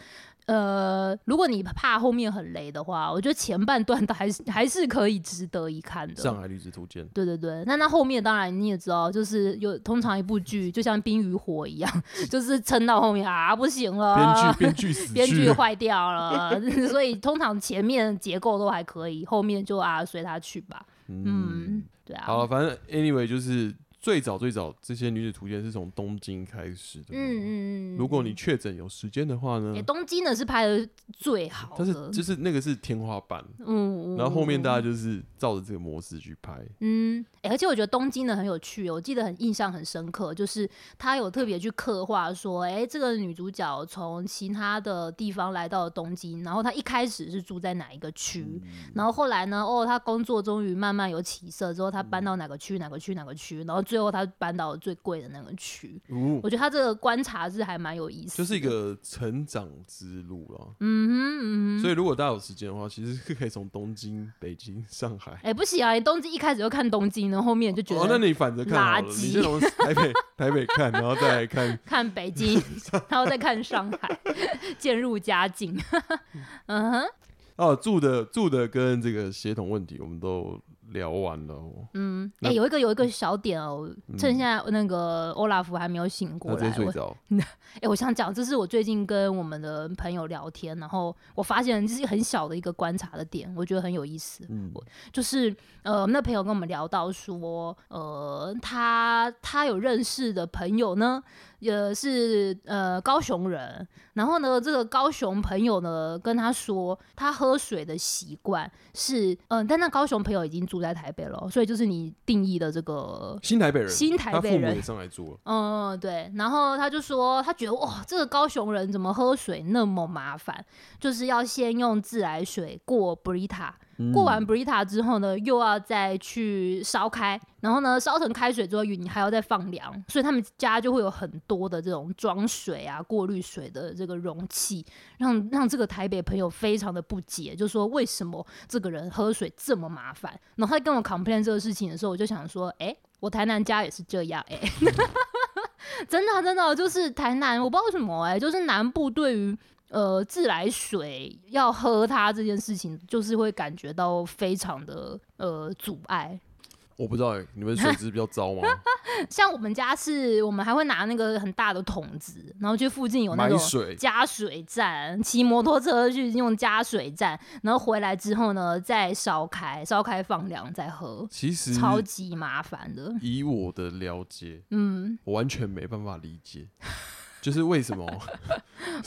呃，如果你怕后面很雷的话，我觉得前半段都还是还是可以值得一看的。
上海女子图鉴，
对对对，那那后面当然你也知道，就是有通常一部剧就像冰与火一样， 就是撑到后面啊不行了，
编剧编剧死
编
去
剧
了，
坏掉了， 所以通常前面结构都还可以，后面就啊随他去吧。
嗯
嗯，，对啊
好了，，反正 anyway 就是最早最早这些女子图鉴是从东京开始的嘛。
嗯嗯嗯。
如果你确诊有时间的话呢
诶，欸东京的是拍的最好
嗯但是
的，
就是那个是天花板，
嗯，嗯
然后后面大
家
家就是照着这个模式去拍。
嗯，诶而且我觉得东京的很有趣，哦我记得很印象很深刻，就是他有特别去刻画说，诶，这个女主角从其他的地方来到了东京，然后她一开始是住在哪一个区，
嗯
然后后来呢，哦，她工作终于慢慢有起色之后，她搬到哪个区、哪个区哪个区，然后最后她搬到了最贵的那个区。
哦，
我觉得她这个观察是还蛮有意思的，
就是一个成长之路了。
嗯哼嗯哼。
所以如果大家有时间的话，其实是可以从东京、北京、 上海。
哎、不行啊！你东京一开始就看东京，然后后面就觉
哦，那
得
你反着看
垃
好了，你
圾
先从台北台北看，然后再来看。
看北 京，然后再看上海，渐入佳境。嗯哼，
哦，住的住的跟这个协同问题，我们都聊完了哦。
嗯，
那
哎、有一个有一个小点哦，趁现在那个欧拉夫还没有醒过
我直接
来，
睡
我
着。
哎、我想讲，这是我最近跟我们的朋友聊天，然后我发现这是很小的一个观察的点，我觉得很有意思。
嗯，
就是呃，我们的朋友跟我们聊到说，呃，他他有认识的朋友呢，呃是呃高雄人，然后呢，这个高雄朋友呢跟他说，他喝水的习惯是，嗯、但那高雄朋友已经住在台北了，所以就是你定义的这个
新台北人，
新台
他
北
父母
人
也上来住了。
嗯，对。然后他就说，他觉得哇，这个高雄人怎么喝水那么麻烦，就是要先用自来水过 Brita，
嗯
过完 Brita 之后呢，又要再去烧开，然后呢烧成开水之后，你还要再放凉，所以他们家就会有很多的这种装水啊、过滤水的这个容器，让让这个台北朋友非常的不解，就说为什么这个人喝水这么麻烦？然后他跟我 complain 这个事情的时候，我就想说，诶，我台南家也是这样、诶， 真的啊、真的啊、就是台南，我不知道为什么、诶，就是南部对于呃自来水要喝它这件事情，就是会感觉到非常的呃阻碍。
我不知道哎、你们水质比较糟吗？
像我们家是我们还会拿那个很大的桶子，然后去附近 有那
买
种
水
加水站，骑摩托车去用加水站，然后回来之后呢再烧开，烧开放凉再喝，
其实
超级麻烦的。
以我的了解，
嗯，
我完全没办法理解， 就是为 什么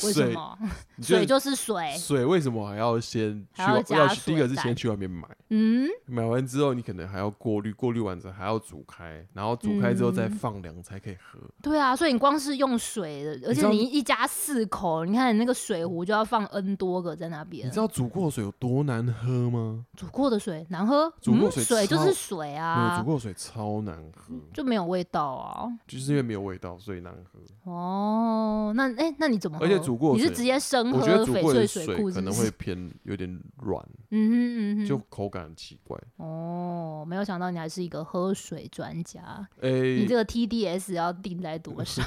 为什
水
么
你觉
水
得
就是水？
水为什么还要先去
还要
外
加
去第一个
水
是
在
先去外面买，
嗯，
买完之后你可能还要过滤，过滤完之后还要煮开，然后煮开之后
嗯
再放凉才可以喝。
对啊，所以你光是用水的，而
知
且
道
你一家四口，你看你那个水壶就要放 N 多个在那
你
边
知。道煮过的水有多难喝吗？
煮过的水难喝，
煮过
嗯
水
水就
超
是水
没有
啊
煮，过的水超难喝，
就没有味道啊。
就是因为没有味道所以难喝。
哦，那哎、那你怎么喝？
而且煮过的
你是
水
直接生
我觉得
嗯喝
煮
翡
过
翠
的
水
水
库
可
是不
能
是
会？偏有点软，
嗯哼嗯哼，
就口感很奇怪。
哦，没有想到你还是一个喝水专家，
诶、
你这个 TDS 要定在多 少？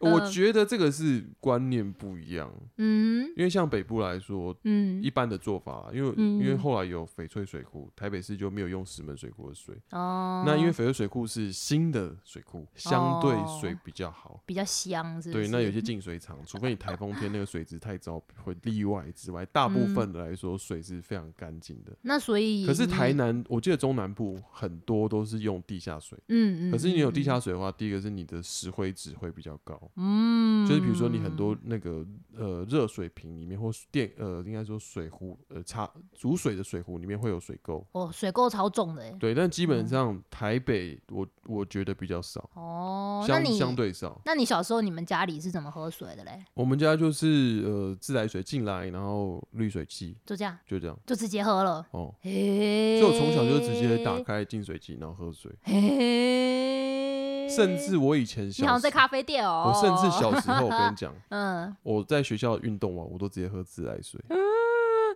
我
呃
觉得这个是观念不一样，
嗯
因为像北部来说，
嗯
一般的做法啊啦，因为、
嗯
因为后来有翡翠水库，台北市就没有用石门水库的水。
哦，
那因为翡翠水库是新的水库，相对水比较好。
比较香，哦是不是？嗯
对，那有些净水厂，除非你台风天那个水质太糟，会例外之外，大
嗯
部分的来说水是非常干净的。
那所以
可是
你
台南，我记得中南部很多都是用地下水。
嗯嗯，
可是你有地
嗯
下水的话，第一个是你的石灰质会比较高，
嗯，
就是比如说你很多那个呃热水瓶里面或是电呃应该说水壶呃茶煮水的水壶里面会有水垢，
哦，水垢超重的哎。
对，但基
嗯
本上台北我我觉得比较少，
哦，那
相
你
相对少。
那你小时候你们家里是怎么喝水的嘞？
我们家就是呃自来水进来，然后滤水器
就这样，
就这样
就直接喝了。
哦，
嘿，
所以我从小就直接打开净水器然后喝水，
嘿，
甚至我以前
你好
小
像在
时
咖啡店哦。，
我甚至小时候我跟你讲
嗯，
我在学校运动完我都直接喝自来水。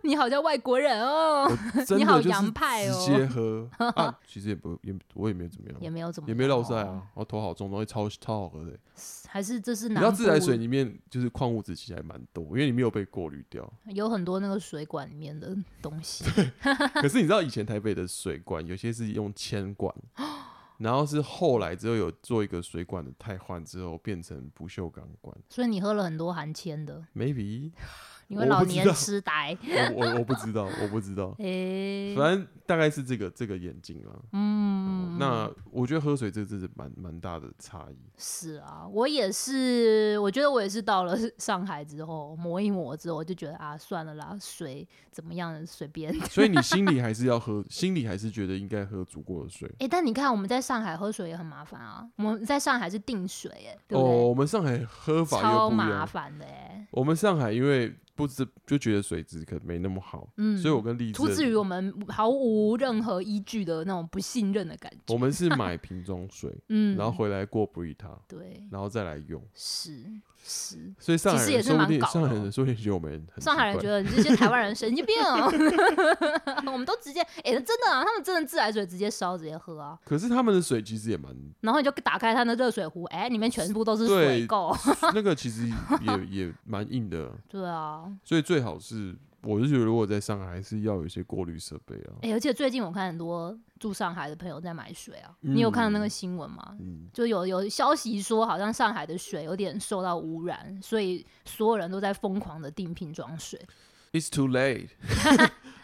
你好像外国人哦，
我真
你好
的就是
洋派哦
直接 喝啊，其实也不也我也没有怎么
也
样，
没有嗯怎么，哦
也没落塞，啊，我头好重，东西超超好喝的欸。
还是这是
你
南部
知道自来水里面就是矿物质其实还蛮多，因为你没有被过滤 掉。
有很多那个水管里面的东 西，
可是你知道以前台北的水管有些是用 铅管，然后是后来之后有做一个水管的汰换之后变成不锈钢管
所以你喝了很多含铅的，
，maybe
你会
我
老
不知
年
道
痴 呆。
我我我不知道，我不知道，
诶，
反正大概是这个这个眼镜啦。哦
嗯，
那我觉得喝水这个真是蛮蛮大的差异。
是啊，我也是，我觉得我也是到了 上海之后磨一磨之后，我就觉得啊，算了啦，水怎么样随便。
所以你心里还是要喝，心里还是觉得应该喝足够的水。
诶，但你看我们在上海喝水也很麻烦啊，我们在上海是订水、诶，对
哦，
不对？
我们上海喝法又
超
不一
麻
样。
烦的、欸，
我们上海因为不知就觉得水质可能没那么好，
嗯，
所以我跟荔枝
出自于我们毫无任何依据的那种不信任的感觉，
我们是买瓶装水，
嗯，
哦然后回来过 Brita，
对，
然后再来用。
是是，
所以上海
其实也
人
是
说不
蛮
定
搞的哦
上海人说不定觉得我们很奇怪
上海人觉得你这些台湾人神经病、 哦，我们都直接，哎、真的啊，他们真的自来水直接烧直接喝啊，
可是他们的水其实也蛮
然后你就打开他的热水壶，哎、里面全部都是
对
水垢，
那个，其实也也蛮硬的。
对啊，
所以最好是，我就觉得如果在上海还是要有一些过滤设备啊。
哎、而且最近我看很多住上海的朋友在买水啊，你有看到那个
嗯
新闻吗？
嗯，
就有有消息说，好像上海的水有点受到污染，所以所有人都在疯狂的订瓶装水。
It's too late，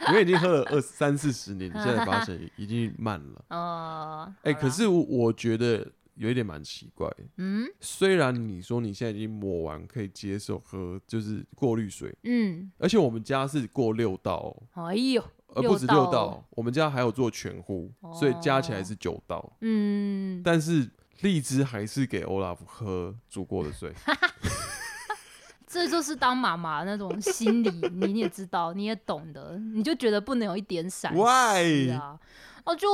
因为已经喝了二三四十年，你现在发现已经慢了。
呃，
哎、
好
可
啦
是我我觉得有一点蛮奇怪的。
嗯
虽然你说你现在已经抹完，可以接受喝就是过滤水，
嗯，
而且我们家是过六道哦，
哎呦，
而
六
不止六道，
道哦
我们家还有做全壶，所以加起来是九道。
嗯，
但是荔枝还是给 Olaf 喝煮过的水，
这就是当妈妈那种心理，你也知道，你也懂得，你就觉得不能有一点闪失
Why？
啊。哦，就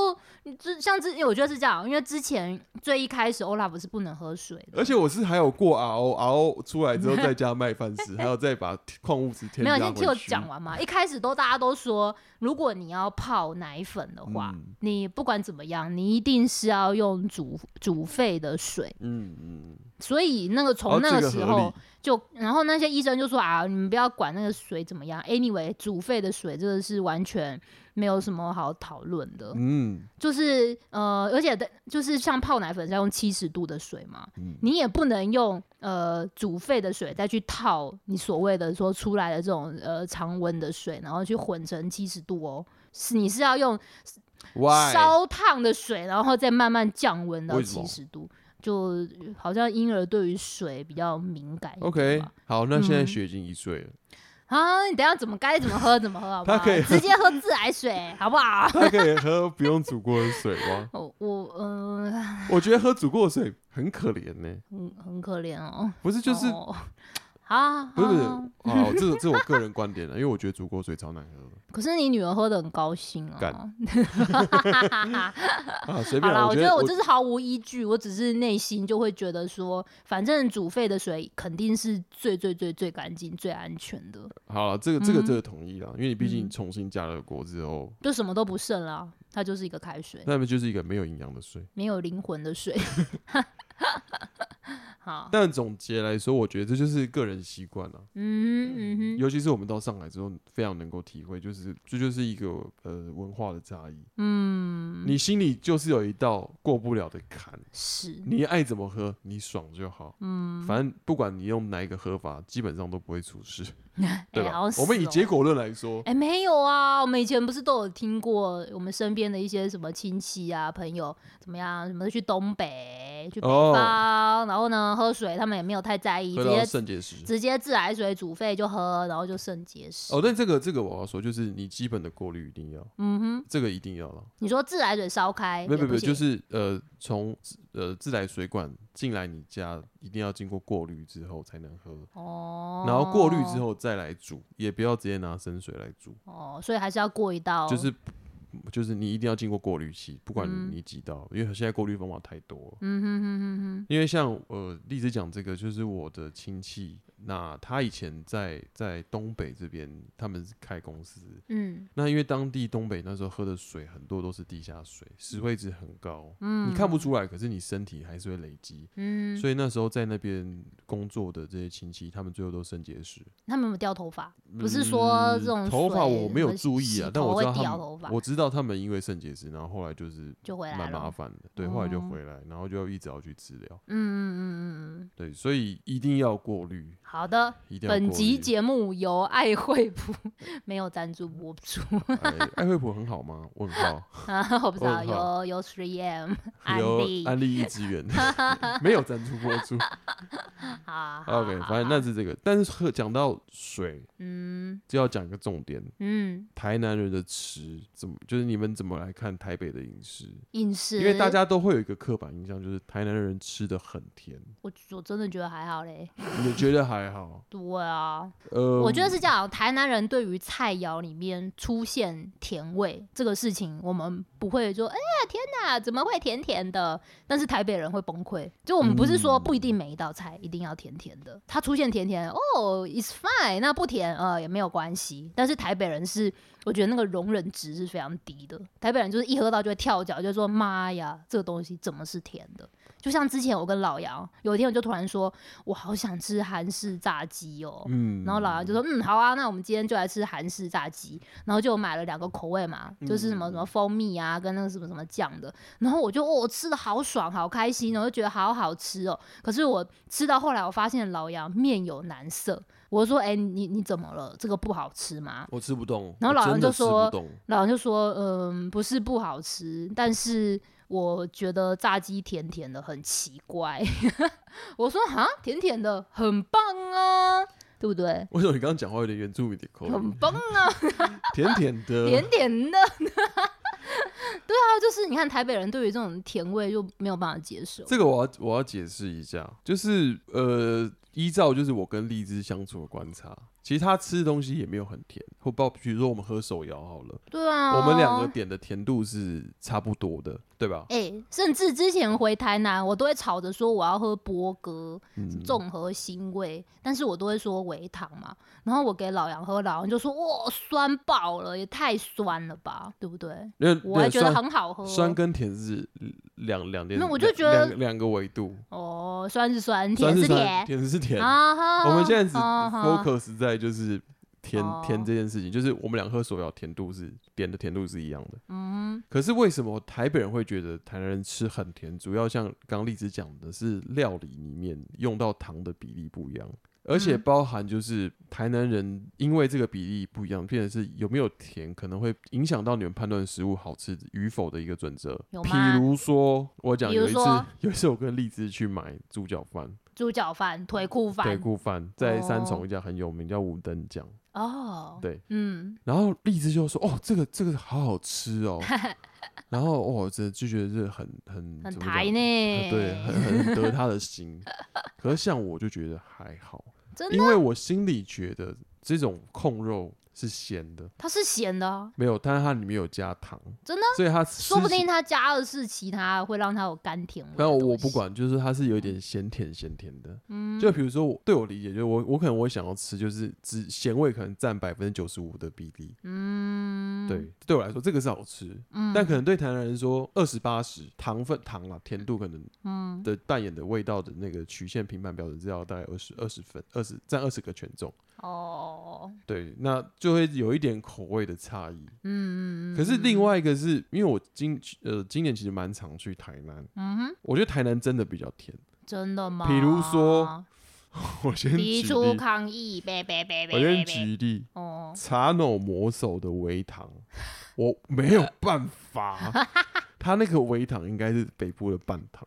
你之像之，我觉得是这样，因为之前最一开始欧拉不是不能喝水的，
而且我是还有过 RO RO 出来之后再加麦饭石，还有再把矿物质添
没有，
加
你先
回去。
听我讲完嘛。一开始都大家都说，如果你要泡奶粉的话，
嗯
你不管怎么样，你一定是要用煮煮沸的水。
嗯嗯，
所以那个
哦
从那
这
个
个
时
合
候
理
就，然后那些医生就说啊，你们不要管那个水怎么样，anyway，煮沸的水这个是完全没有什么好讨论的，
嗯
就是呃，而且的就是像泡奶粉是要用七十度的水嘛，
嗯
你也不能用呃煮沸的水再去套你所谓的说出来的这种呃常温的水，然后去混成七十度哦，是你是要用
，Why？
烧烫的水，然后再慢慢降温到
为什么
七十度，就好像婴儿对于水比较敏感一点
OK，
吧
好，那现在
嗯
雪已经一岁了，
啊，你等一下怎么该怎么喝怎么喝，好不好？
他可以喝
直接喝自来水，好不好？？
他可以喝不用煮过的水吗
我我嗯
我觉得喝煮过的水很可怜呢，
很很可怜哦，
不是就是
哦啊，
不是不是
啊
啊，这这我个人观点了，因为我觉得煮过的水超难喝的
可是你女儿喝的很高兴啊。
啊，
好
随便
啦，
啦，
我觉
得
我这是毫无依据，我只是内心就会觉得说，反正煮沸的水肯定是最最最最干净、最安全的，
好了，这个这个
嗯
这个同意啦，因为你毕竟
嗯
重新加热过之后，
就什么都不剩啦。它就是一个开水，
那么就是一个没有营养的水。
没有灵魂的 水。 好，
但总结来说，我觉得这就是个人习惯了，
嗯嗯哼，
尤其是我们到上海之后，非常能够体会，就是这就是一个呃文化的差异。
嗯，
你心里就是有一道过不了的坎，
是，
你爱怎么喝，你爽就好。
嗯，
反正不管你用哪一个喝法，基本上都不会出事，对
哎
吧？
好死
我们以
哦
结果论来说，
哎、没有啊，我们以前不是都有听过我们身边的一些什么亲戚啊、朋友怎么样，什么去东北、去北
哦
方，然后呢喝水，他们也没有太在意，
喝
直
到
接
肾结石。
直接自来水煮沸就喝，然后就肾结石。
哦，但这个这个我要说，就是你基本的过滤一定要，
嗯哼，
这个一定要了。
你说自来水烧开，
没有没
也
有，没
不
有就
行
是呃，从呃自来水管进来你家，一定要经过过滤之后才能喝，
哦，
然后过滤之后再来煮，也不要直接拿生水来煮，
哦，所以还是要过一道，
就是就是你一定要经过过滤器，不管
哦嗯
你几道，因为现在过滤方法太多了。
嗯哼哼哼哼。
因为像呃，例子讲这个，就是我的亲戚，那他以前在在东北这边，他们是开公司，
嗯
那因为当地东北那时候喝的水很多都是地下水，石灰质很高，
嗯，
你看不出来，可是你身体还是会累积。
嗯，
所以那时候在那边工作的这些亲戚，他们最后都肾结石。
他们有没有掉头发？不是说这种
嗯头发
水
我没有注意
洗头，
啊但我知道
会
他
掉头发
们，我知道他们因为肾结石，然后后来就是
就回来
蛮
了
麻烦的，对，
哦
后来就回来，然后就要一直要去治疗，
嗯嗯嗯嗯嗯，
对，所以一定要过滤，
好的。
一定要过滤。
本集节目由爱惠普没有赞助播出，
哎爱惠普很好吗？问号，
啊，我不知道，
问号
有有 Three M 安
哦 有
利，
安利一支 援，没有赞助播出。
好
啊 OK，反正那是这个，但是喝讲到水，
嗯
就要讲一个重点，
嗯，
台南人的吃怎么，就是你们怎么来看台北的饮食？
饮食，
因为大家都会有一个刻板印象，就是台南人吃的很甜，
我我真的觉得还好嘞，
你觉得还好？
对啊，
呃，
我觉得是这样，台南人对于菜肴里面出现甜味这个事情，我们不会说，哎呀天哪，怎么会甜甜的？但是台北人会崩溃，就我们不是说
嗯
不一定每一道菜一定要甜甜的，它出现甜甜，哦，it's fine，那不甜呃也没有关系。但是台北人是，我觉得那个容忍值是非常低的，台北人就是一喝到就会跳脚，就说妈呀，这个东西怎么是甜的？就像之前我跟老杨，有一天我就突然说，我好想吃韩式炸鸡哦，
嗯
然后老杨就说：“嗯，好啊，那我们今天就来吃韩式炸鸡。”然后就买了两个口味嘛，就是什么什么蜂蜜啊，跟那个什么什么酱的。然后我就哦，吃的好爽，好开心，然后就觉得好好吃哦。可是我吃到后来，我发现老杨面有难色，我就说：“哎、你你怎么了？这个不好吃吗
我吃不动，
然后老人
我真的
就说
吃不动？”
老杨就说：“嗯，不是不好吃，但是我觉得炸鸡甜甜的很奇怪。” 我说：“哈，甜甜的很棒啊，对不对？”
为什么你刚刚讲话有点原住民的口
很
音？呃
棒啊！
甜甜的，
点点的。啊，就是你看台北人对于这种甜味就没有办法接受。
这个我要我要解释一下，就是呃，依照就是我跟荔枝相处的观察，其实他吃的东西也没有很甜，或包比如说我们喝手摇好了，
对啊，
我们两个点的甜度是差不多的，对吧？
哎、甚至之前回台南，我都会吵着说我要喝波哥
嗯，
综合腥味，但是我都会说微糖嘛。然后我给老杨喝，老杨就说哇酸爆了，也太酸了吧，对不对？
那
我还
那
觉得
酸
很好喝。
酸跟甜是两两点，
那我就
两
觉得
两两个维度，
哦，酸是酸，
酸
甜
是酸，
甜。
甜是甜。
啊哈
我们现在只
啊哈
focus 在就是甜
哦
甜这件事情，就是我们俩喝手摇甜度是点的甜度是一样的。
嗯，
可是为什么台北人会觉得台南人吃很甜？主要像刚荔枝讲的是料理里面用到糖的比例不一样，而且
嗯
包含就是台南人因为这个比例不一样，变成是有没有甜可能会影响到你们判断食物好吃与否的一个准则。
有
比
吗
如说，我讲
比如
有一次
说，
有一次我跟荔枝去买猪脚饭、
猪脚饭、腿裤
腿
饭
骨饭，在三
哦
重一家很有名叫五等奖。
哦，
对，
嗯，
然后荔枝就说：“哦，这个这个好好 吃哦。”然后哦我真的就觉得这很很
很
怎么
台
讲
呢，
啊对，很很得他 的心。可是像我就觉得还好，
真的
因为我心里觉得这种控肉是咸的，
它是咸的啊，
没有，但是它里面有加糖，
真的，
所以它
说不
吃起
定。它加的是其他会让它有甘甜味。
但我不，管，就是它是有一点咸甜咸甜的。
嗯，
就比如说我，对我理解，就是我我可能我想要吃，就是只咸味可能占百分之九十五的比例。
嗯，
对，对我来说这个是好吃，
嗯，
但可能对台南人说，二十八十糖分糖啦，甜度可能
嗯
的扮演的味道的那个曲线评判标准是要大概二十二十分，二十占二十个权重。
哦，
对，那就会有一点口味的差异。
嗯，嗯
可是另
嗯
外一个是因为我今呃今年其实蛮常去台南，
嗯哼，
我觉得台南真的比较甜。
真的吗？
比如说，我先举
提
例，
出抗议，别别别别
我
别别，
先举例，
哦，
茶农魔手的微糖，我没 有办法。他那个微糖应该是北部的半糖。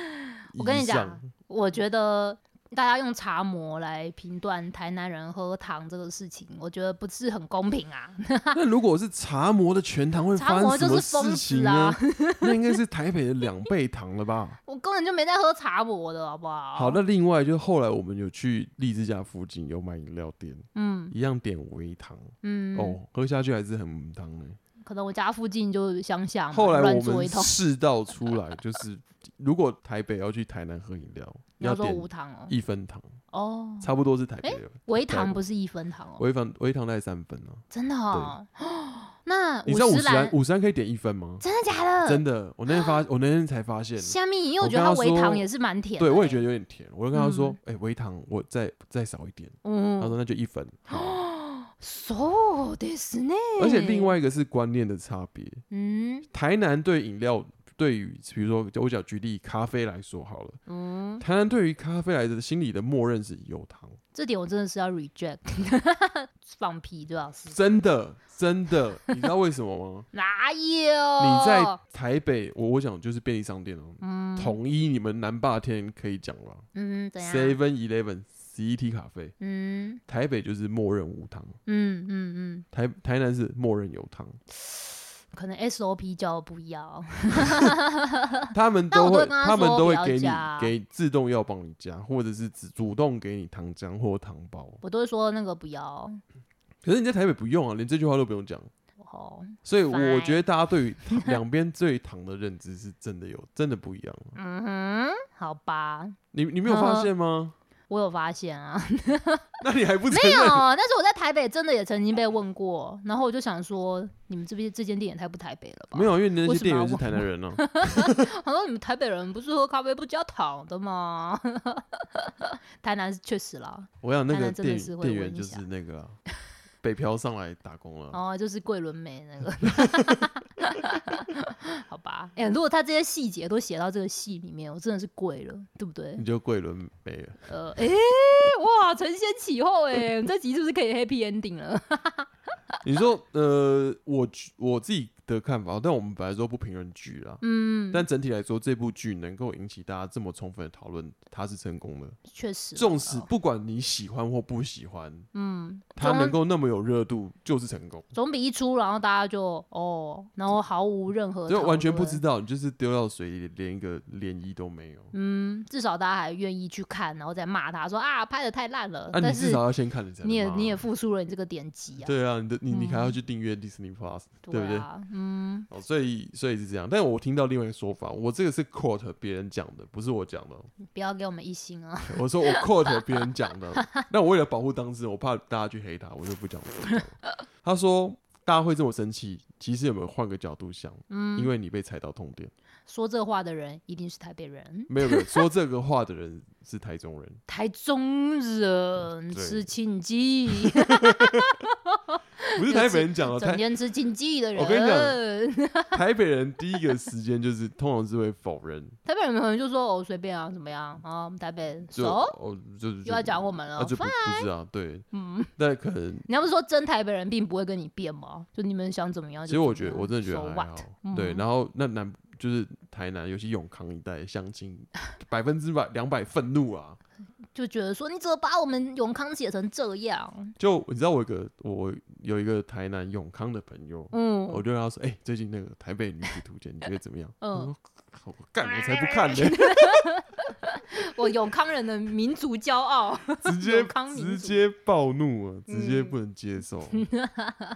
我跟
以
你
上
讲，我觉得大家用茶魔来评断台南人喝糖这个事情，我觉得不是很公平啊。
那如果是茶魔的全糖会发
茶
生
魔
什
就
么
是疯
事情
子
呢
啊？
那应该是台北的两倍糖 了吧？
我根本就没在喝茶魔的好不好？
好，，那另外就是后来我们有去荔枝家附近有买饮料店，
嗯
一样点微糖、
嗯，
哦，喝下去还是很母汤哎、
可能我家附近就乡下嘛，
后来
乱
我
做
们
一通。
试到出来，就是如果台北要去台南喝饮料，
你要说无
点
糖哦，
一分糖，
哦，
差不多是台北的
微糖不是一分糖哦，
微糖微糖大概三分啊。
真的哦。 那
你知道五
十
十
兰
三五十三可以点一分吗？
真的假的？啊
真的，我那天发我那天才发现，
虾米，因为
我
我觉得
跟
它
他
微
说
糖也是蛮甜的欸。
对，我也觉得有点甜。我就跟他说：“哎、微糖，我再再少一点。”
嗯，
他说：“那就 一分。好
so this 呢？
而且另外一个是观念的差别。
嗯
台南对饮料，对于比如说我讲举例咖啡来说好了，
嗯，
台南对于咖啡来的心里的默认是有糖，
这点我真的是要 reject，放屁，对老师
真的 真的，你知道为什么吗？
哪有？
你
你
在台北，我我讲就是便利商店哦、
嗯
统一你们南霸天可以讲了
嗯怎样？
，Seven Eleven、CET 咖啡，
嗯
台北就是默认无糖，
嗯嗯嗯，
台台南是默认有糖。
可能 SOP 叫我不要，
他们
但
都
呃我都会
会，
跟他
们
说
都
不
会
要
给你
加
给自动要帮你加，或者是只主动给你糖浆或糖包。
我都会说那个不要。
可是你在台北不用啊，连这句话都不用讲。
哦，
所以我
Fine
觉得大家对于糖两边对糖的认知是真的有真的不一样啊。
嗯哼，好吧，
你你
嗯
没有发现吗？
我有发现啊，
那你还不承
没有，
认？
但是我在台北真的也曾经被问过，然后我就想说，你们这边这间店也太不台北了吧？
没有，因为你那
为
些
什么
店
要
员是
问
台南人啊。
他说：“你们台北人不是喝咖啡不加糖的吗？” 台南是确实啦，
我想那
台
个
南真的
店
是会
店
问
员
一
就是
下
那个啊北漂上来打工了。
哦，就是桂纶镁那个，好吧？哎、如果他这些细节都写到这个戏里面，我真的是跪了，对不对
你？就桂纶镁了，
呃，哎、哇，承先启后、哎，我们这集是不是可以 happy ending 了？
你说呃，我我自己的看法，但我们本来说不评论剧啦。
嗯，
但整体来说，这部剧能够引起大家这么充分的讨论，它是成功的。
确实啊，
纵使不管你喜欢或不喜欢，
嗯，
它
总
能够那么有热度，就是成功。
总比一出，然后大家就哦，然后毫无任何
就
讨
完全不
论
知道，你就是丢到水里，连一个涟漪都没有。
嗯，至少大家还愿意去看，然后再骂他说啊，拍的太烂了。
啊，你
但
至
是
少要先看了才能
你也
骂啊
你也付出了你这个点击啊，
对啊，你的你你还要
嗯
去订阅 Disney Plus，对
对
不对？
啊，嗯，
哦，所以所以是这样，但我听到另外一个说法，我这个是 quote 别人讲的，不是我讲的哦。
不要给我们一星啊，
我说我 quote 别人讲的，那我为了保护当事人，我怕大家去黑他，我就不讲我讲了。他说大家会这么生气，其实有没有换个角度想？
嗯，
因为你被踩到痛点。
说这话的人一定是台北人，
没有没有，说这个话的人是台 中人，
台中人
对
吃庆记，
不是台北人讲的。
整
台
天吃庆记的人，
我跟你讲
台
台北人第一个时间就是通常是会否认，
北人可能就说哦随便啊，怎么样啊，我们台北
就
熟
哦就是
又要讲我们
啊
了，
就不不知道对，
嗯，
但可能
你要不是说真台北人并不会跟你变吗？就你们想怎么样
其
就怎么样？
实我觉得我真的觉
So
得还
what？
好，对。
嗯
然后那南就是台南，尤其永康一带 乡亲，百分之百两百愤怒啊！
就觉得说你怎么把我们永康写成这样？
就你知道我有个我有一个台南永康的朋友，
嗯，
我就跟他说，哎、最近那个台北女子图鉴，你觉得怎么样？
嗯
他说我干，我才不 看呢、嗯
我永康人的民族骄傲，
直接
永康民
直
族
接暴怒啊，直接
嗯
不能接受。啊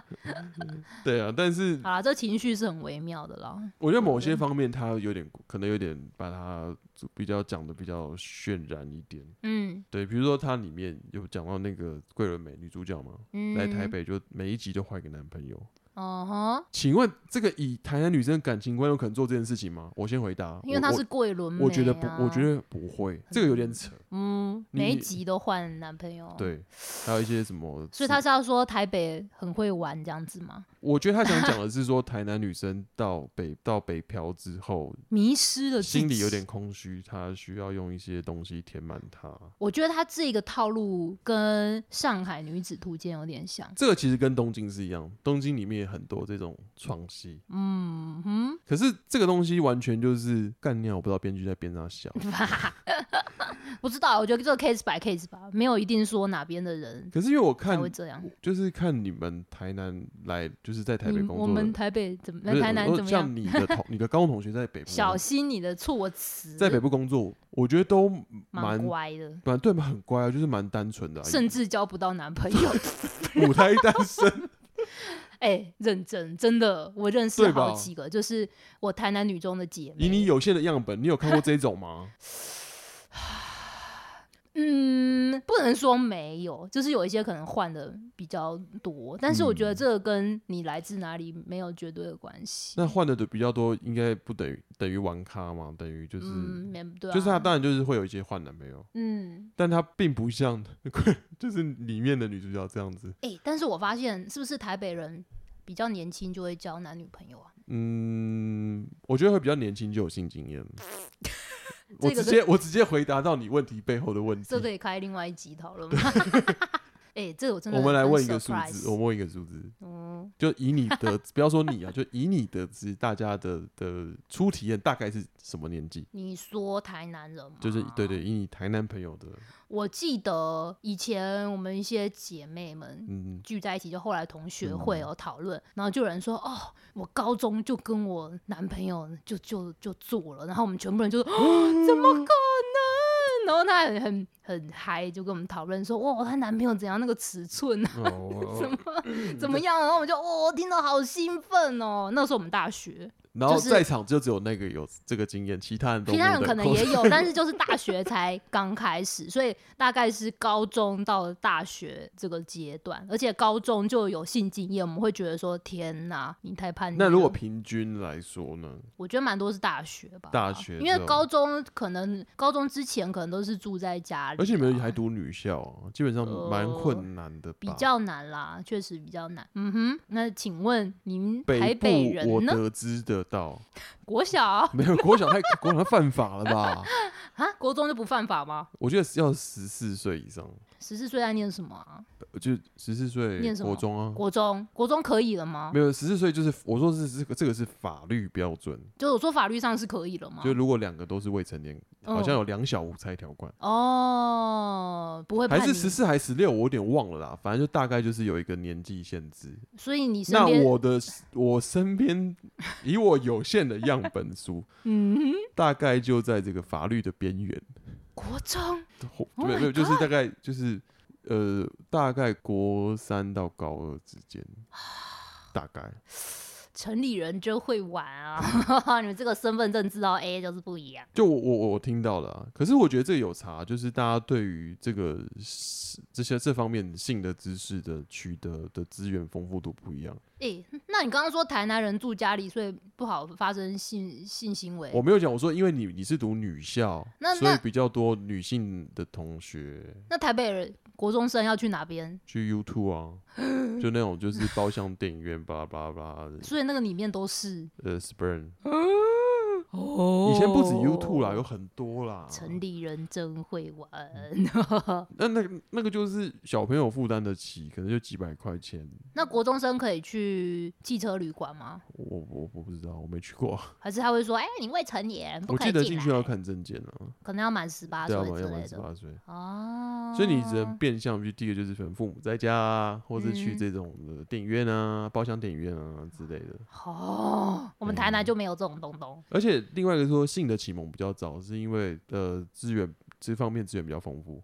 对啊，但是
好啦，这情绪是很微妙的啦。
我觉得某些方面他有点可能有点把它比较讲的比较渲染一点。
嗯
对，比如说它里面有讲到那个桂纶镁女主角嘛，
嗯，
来台，北就每一集就换一个男朋友。
哦哈，
请问这个以台南女生感情观有可能做这件事情吗？我先回答，
因为
我
他是桂纶镁、啊
我我觉得不，我觉，得不会，这个有点扯。
嗯，
你
每一集都换男朋友，，
对，还有一些什么，
哦所以他是要说台北很会玩这样子吗？
我觉得他想讲的是说，台南女生到北到北漂之后，
迷失了自己
心里有点空虚，她需要用一些东西填满它。
我觉得他这个套路跟上海女子图鉴有点像。
这个其实跟东京是一样，东京里面也很多这种创戏，
嗯哼，
可是这个东西完全就是干尿，我不知道编剧在边 上笑。
不知道，我觉得这个 case by case 吧，没有一定说哪边的人
可是因为我
才
看，
会这样。
就是看你们台南来，就是在台
你
北
嗯我
工作
们
的，
台北怎么？
不是
台南
我
怎么样？
像你 的同你的高中同学在北部工
小
作，
心你的措辞，
在北部工作，我觉得都
蛮
蛮
乖的，
蛮对蛮很乖啊，就是蛮单纯的啊、
甚至交不到男朋 友。
母胎单 身，
哎、认真，真的，我认识
对吧
好几个，就是我台南女中的姐
以你
妹。
有限的样本，你有看过这种 吗？
嗯，不能说没有，就是有一些可能换的比较多，但是我觉得
嗯
这个跟你来自哪里没有绝对的关系。
那换的的比较多，应该不等于等于玩咖嘛？等于就是、
嗯，没对、啊，
就是他当然就是会有一些换男朋友，
嗯。
但他并不像 就是里面的女主角这样子。
哎、但是我发现是不是台北人比较年轻就会交男女朋友啊？
嗯，我觉得会比较年轻就有性经 验。我
这个是
直接我直接回答到你问题背后的问题
这。可以开另外一集讨论吗？ 哎、这个我真的
我们来
很
问一个数
surprise
字，哦我们问一个数字，
嗯，
就以你的 不要说你啊，就以你得知大家的的初体验大概是什么年纪？
你说台南人吗？
就是对，
啊
对，以你台南朋友的，
我记得以前我们一些姐妹们。
嗯，
聚在一起，就后来同学会有讨论，然后就有人说：“哦，我高中就跟我男朋友就就就做了。”然后我们全部人就说：“哦怎么可能？”然后他很很很嗨，就跟我们讨论说：“哇，她男朋友怎样那个尺寸啊？”
哦，
怎么样？然后我就哦，听到好兴奋哦。那时候我们大学，
然后
就是
在场就只有那个有这个经验，其他人都
其他
没有
人
的
可能也有，但是就是大学才刚开始，所以大概是高中到大学这个阶段，而且高中就有性经验，我们会觉得说天哪，你太叛逆了。
那如果平均来说呢？
我觉得蛮多是大学吧，
大学
因为
之后
高中可能高中之前可能都是住在家里啊、
而且你们还读女校、啊，基本上蛮
呃
困难的吧。
比较难啦，确实比较难。嗯哼，那请问您
北
台北
部我
人呢？
得知得到，
国小 啊，
没有国小太 国小太犯法了吧？
国中就不犯法吗？
我觉得要十四岁以上，
十四岁在念什么啊？
就十四岁
念什么
国中啊，
国中，国中可以了吗？
没有十四岁就是我说是这个这个是法律标准，
就我说法律上是可以了吗？
就如果两个都是未成年，
嗯
好像有两小无猜条款，
哦，不会
还
叛
是
逆，
十四还十六，我有点忘了啦，反正就大概就是有一个年纪限制。
所以你身
那
边，
我的我身边以我有限的样本数，
嗯，
大概就在这个法律的边缘。
国中
对
Oh
没有
my
没有，就是大概就是呃，大概国三到高二之间，大概
城里人真会玩啊！你 们这个身份证知道 A 就是不一样。
就我我我听到了、啊，可是我觉得这有差，就是大家对于这个这些这方面性的知识的取得的资源丰富度不一样。
诶、那你刚刚说台南人住家里，所以不好发生性性行为
我。没有讲，我说因为你你是读女校
那，
所以
那
比较多女性的同学
那台北人国中生要去哪边？
去 YouTube 啊，就那种就是包厢电影院，巴拉巴拉巴拉的，
所以那个里面都是
呃，Spurn，
哦
以前不止 YouTube 啦，有很多啦。
城里人真会玩，
那那个那个就是小朋友负担得起，可能就几百块钱，
那国中生可以去汽车旅馆吗？
我我我不知道，我没去过啊。
还是他会说，哎、你未成年，不
我
可以
记得
进
进去要
来，
看证件啊，
可能要满十八
对
岁
啊，要
之
满
类
十
的。
八岁，
哦，
所以你只能变相去，第一个就是可能父母在家啊，或是去
嗯
这种的电影院啊、包厢电影院啊之类的。
哦，我们台
嗯
南就没有这种东东。
而且另外一个说性的启蒙比较早，是因为呃资源这方面资源比较丰 富，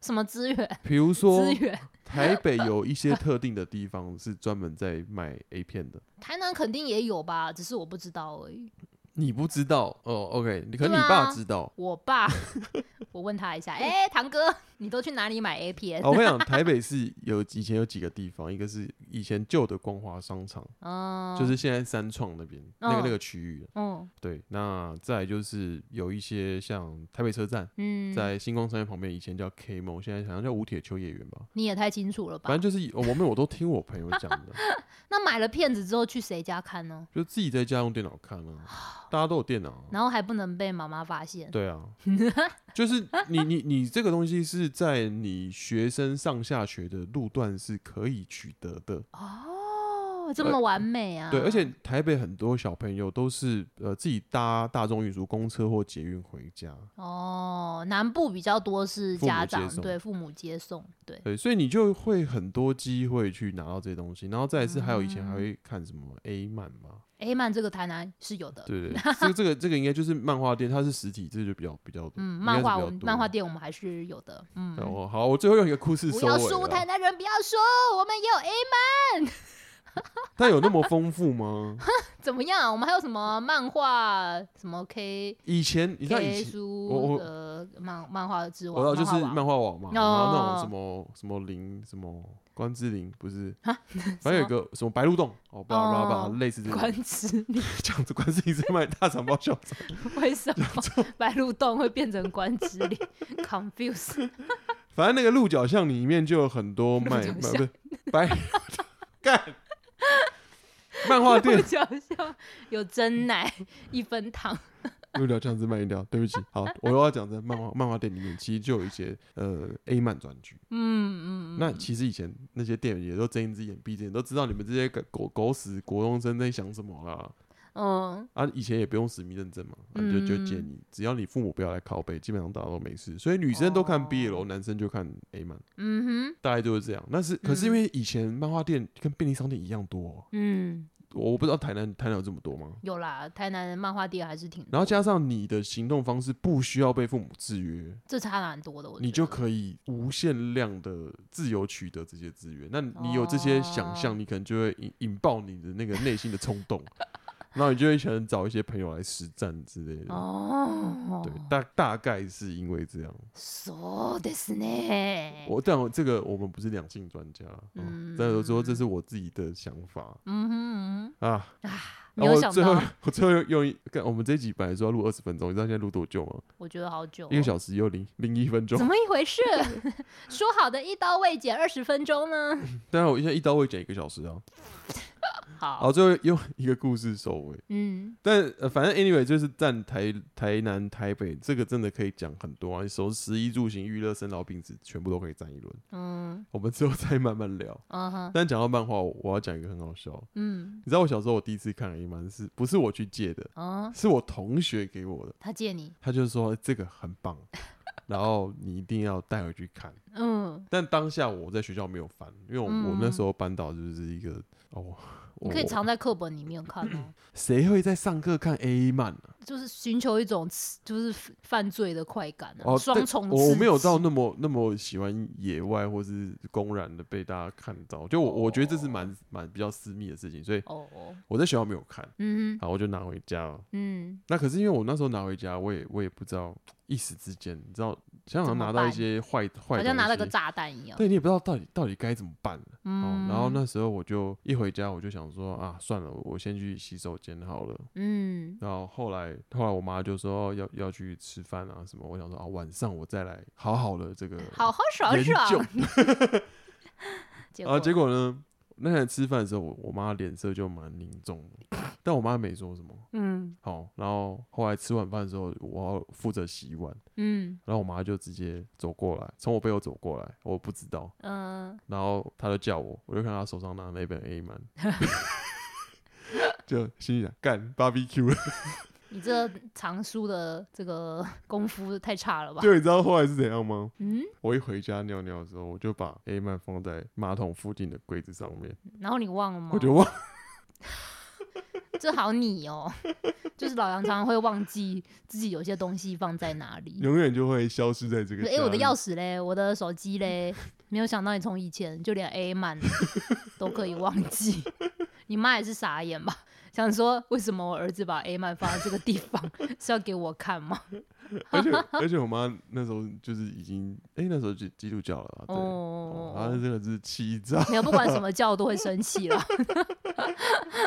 什么资源？
比如说
资源？
台北有一些特定的地方是专门在卖 A 片的，
台南肯定也有吧，只是我不知道而已。
你不知道哦？OK，你可能
对
你
啊
爸知道。
我 爸，我问他一下，哎、堂哥，你都去哪里买 A 片？
哦，我想台北是有以前有几个地方，一个是以前旧的光华商场，
嗯，
就是现在三创那边、那个
嗯
那个区域。
嗯
对，那再来就是有一些像台北车站，
嗯，
在星光商业旁边，以前叫 K m o 现在好像叫五铁秋叶原吧。
你也太清楚了吧
反？正就是我们我都听我朋友讲的，
那买了片子之后去谁家看呢？
就自己在家用电脑看啊，大家都有电脑啊。
然后还不能被妈妈发现，
对啊，就是你你你这个东西是在你学生上下学的路段是可以取得的，
哦，这么完美啊！
呃对，而且台北很多小朋友都是呃自己搭大众运输公车或捷运回家，
哦，南部比较多是
父母
家
接
长
送
对父母接送，对，
对，所以你就会很多机会去拿到这些东西，然后再来是还有以
嗯
前还会看什么 A 漫嘛，
A 漫这个台南是有的，
对对， 这个这个这个应该就是漫画店，它是实体，这就比较比较多，
嗯，
应
漫
该是
画
比较
我们
多
漫画。店我们还是有的，嗯，
哦，好，我最后用一个故事
不
收
要
尾
输，台
了。
南人不要输，我们也有 A
但有那么丰富吗？
怎么样？我们还有什么漫画？什么 K
以前你看以
K
前我
书
我
的漫漫画之
我
王，
知道就
漫
是
画王
漫画网嘛，
哦
然后那种什么什么林什么关之琳不是，反正有一个什么白鹿洞哦，巴拉巴拉巴
哦
拉，类似这 种
关之琳，
讲着关之琳是卖大肠包小肠，
为 什么白鹿洞会变成关之琳 ？Confuse，
反正那个鹿角巷里面就有很多
鹿
卖
角
卖
巷
不是白 干漫画
鹿
店
角巷有真奶一分糖，
鹿角巷是卖饮料，对不起，好，我又要讲在漫 画漫画店里面其实就有一些呃 A 漫专区，
嗯嗯，
那其实以前那些店员也都睁一只眼闭一只眼，都知道你们这些狗狗屎国中生在想什么啦。
嗯，
啊，以前也不用实名认证嘛，啊、就就建
嗯
议，只要你父母不要来靠背，基本上大家都没事。所以女生都看
哦
BL，、男生就看 A 漫，
嗯哼，
大概就是这样。但是，可是因
嗯
为以前漫画店跟便利商店一样多哦、
嗯，
我我不知道台南台南有这么多吗？
有啦，台南的漫画店还是挺多，
然后加上你的行动方式不需要被父母制约，
这差蛮多的，我
你
觉
就
得
可以无限量的自由取得这些资源。那你有这些想
哦
象，你可能就会引引爆你的那个内心的冲动，然后你就会想找一些朋友来实战之类的。
哦，
对，大大概是因为这样。
そうですね。
我但这个我们不是两性专家，嗯，
嗯
但有时候这是我自己的想法
嗯哼嗯
啊。
哼，没
然
有
后
想
最后
到，
我最后用一，干我们这一集本来说要录二十分钟，你知道现在录多久吗？
我觉得好久、哦，
一个小时又零零一分钟
怎。么一回 事？说好的一刀未剪二十分钟呢？
但是我现在一刀会剪一个小时啊。
好，
好，最后用一个故事收尾。
嗯，
但、呃、反正 anyway 就是占台台南、台北，这个真的可以讲很多啊。你从食衣住行、娱乐、生老病死，全部都可以占一轮。
嗯，
我们之后再慢慢聊。
嗯哼，
但讲到漫画，我我要讲一个很好笑的。
嗯，
你知道我小时候我第一次看《A 漫》是不是我去借的？
哦，
是我同学给我的。
他借你，
他就说哎这个很棒， 然后你一定要带回去看。
嗯，
但当下我在学校没有翻，因为我,、
嗯
我那时候班导就是一个哦，
你可以
我
藏在课本里面看 哦，
谁会在上课看 A 漫啊？
就是寻求一种刺就是犯罪的快感啊，
哦，
双
但
重
我我
刺
没有到
激
那么那么喜欢野外或是公然的被大家看到，就我我觉得这是蛮蛮比较私密的事情，所以
哦哦，
我在学校没有看，
嗯哼
然后我就拿回家了。
嗯，
那可是因为我那时候拿回家，我也我也不知道，一时之间，你知道，像好
怎
像
么
拿到一
办
些坏坏，
好像拿了个
炸，
炸弹一样，
对你也不知道到底到底该怎么办了。哦
嗯，
然后那时候我就一回家，我就想说啊，算了，我先去洗手间好了。
嗯
然后后来后来我妈就说哦要要去吃饭啊什么，我想说啊晚上我再来好好的这个
好好爽
研究
爽，结
啊，结果呢？那天吃饭的时候，我我妈脸色就蛮凝重的，但我妈没说什么。
嗯
好，然后后来吃完饭之后，我要负责洗碗，
嗯
然后我妈就直接走过来，从我背后走过来，我不知道，
嗯，
然后她就叫我，我就看她手上拿那本 A 漫，就心里想干 barbecue 了。
你这藏书的这个功夫太差了吧？
就你知道后来是怎样吗？
嗯，
我一回家尿尿的时候，我就把 A 漫放在马桶附近的柜子上面，
然后你忘了吗？
我就忘，
这好你哦， 就是老杨常常会忘记自己有些东西放在哪里。
永远就会消失在这个
哎、
家里。
我的钥匙嘞，我的手机嘞，没有想到你从以前就连 A 满都可以忘记，你妈也是傻眼吧？想说为什么我儿子把 A 满放在这个地方 是要给我看吗？
而 且而且我妈那时候就是已经哎、那时候基基督教了啊，对，哦
哦，
她真的是气炸。
没有，不管什么教都会生气了。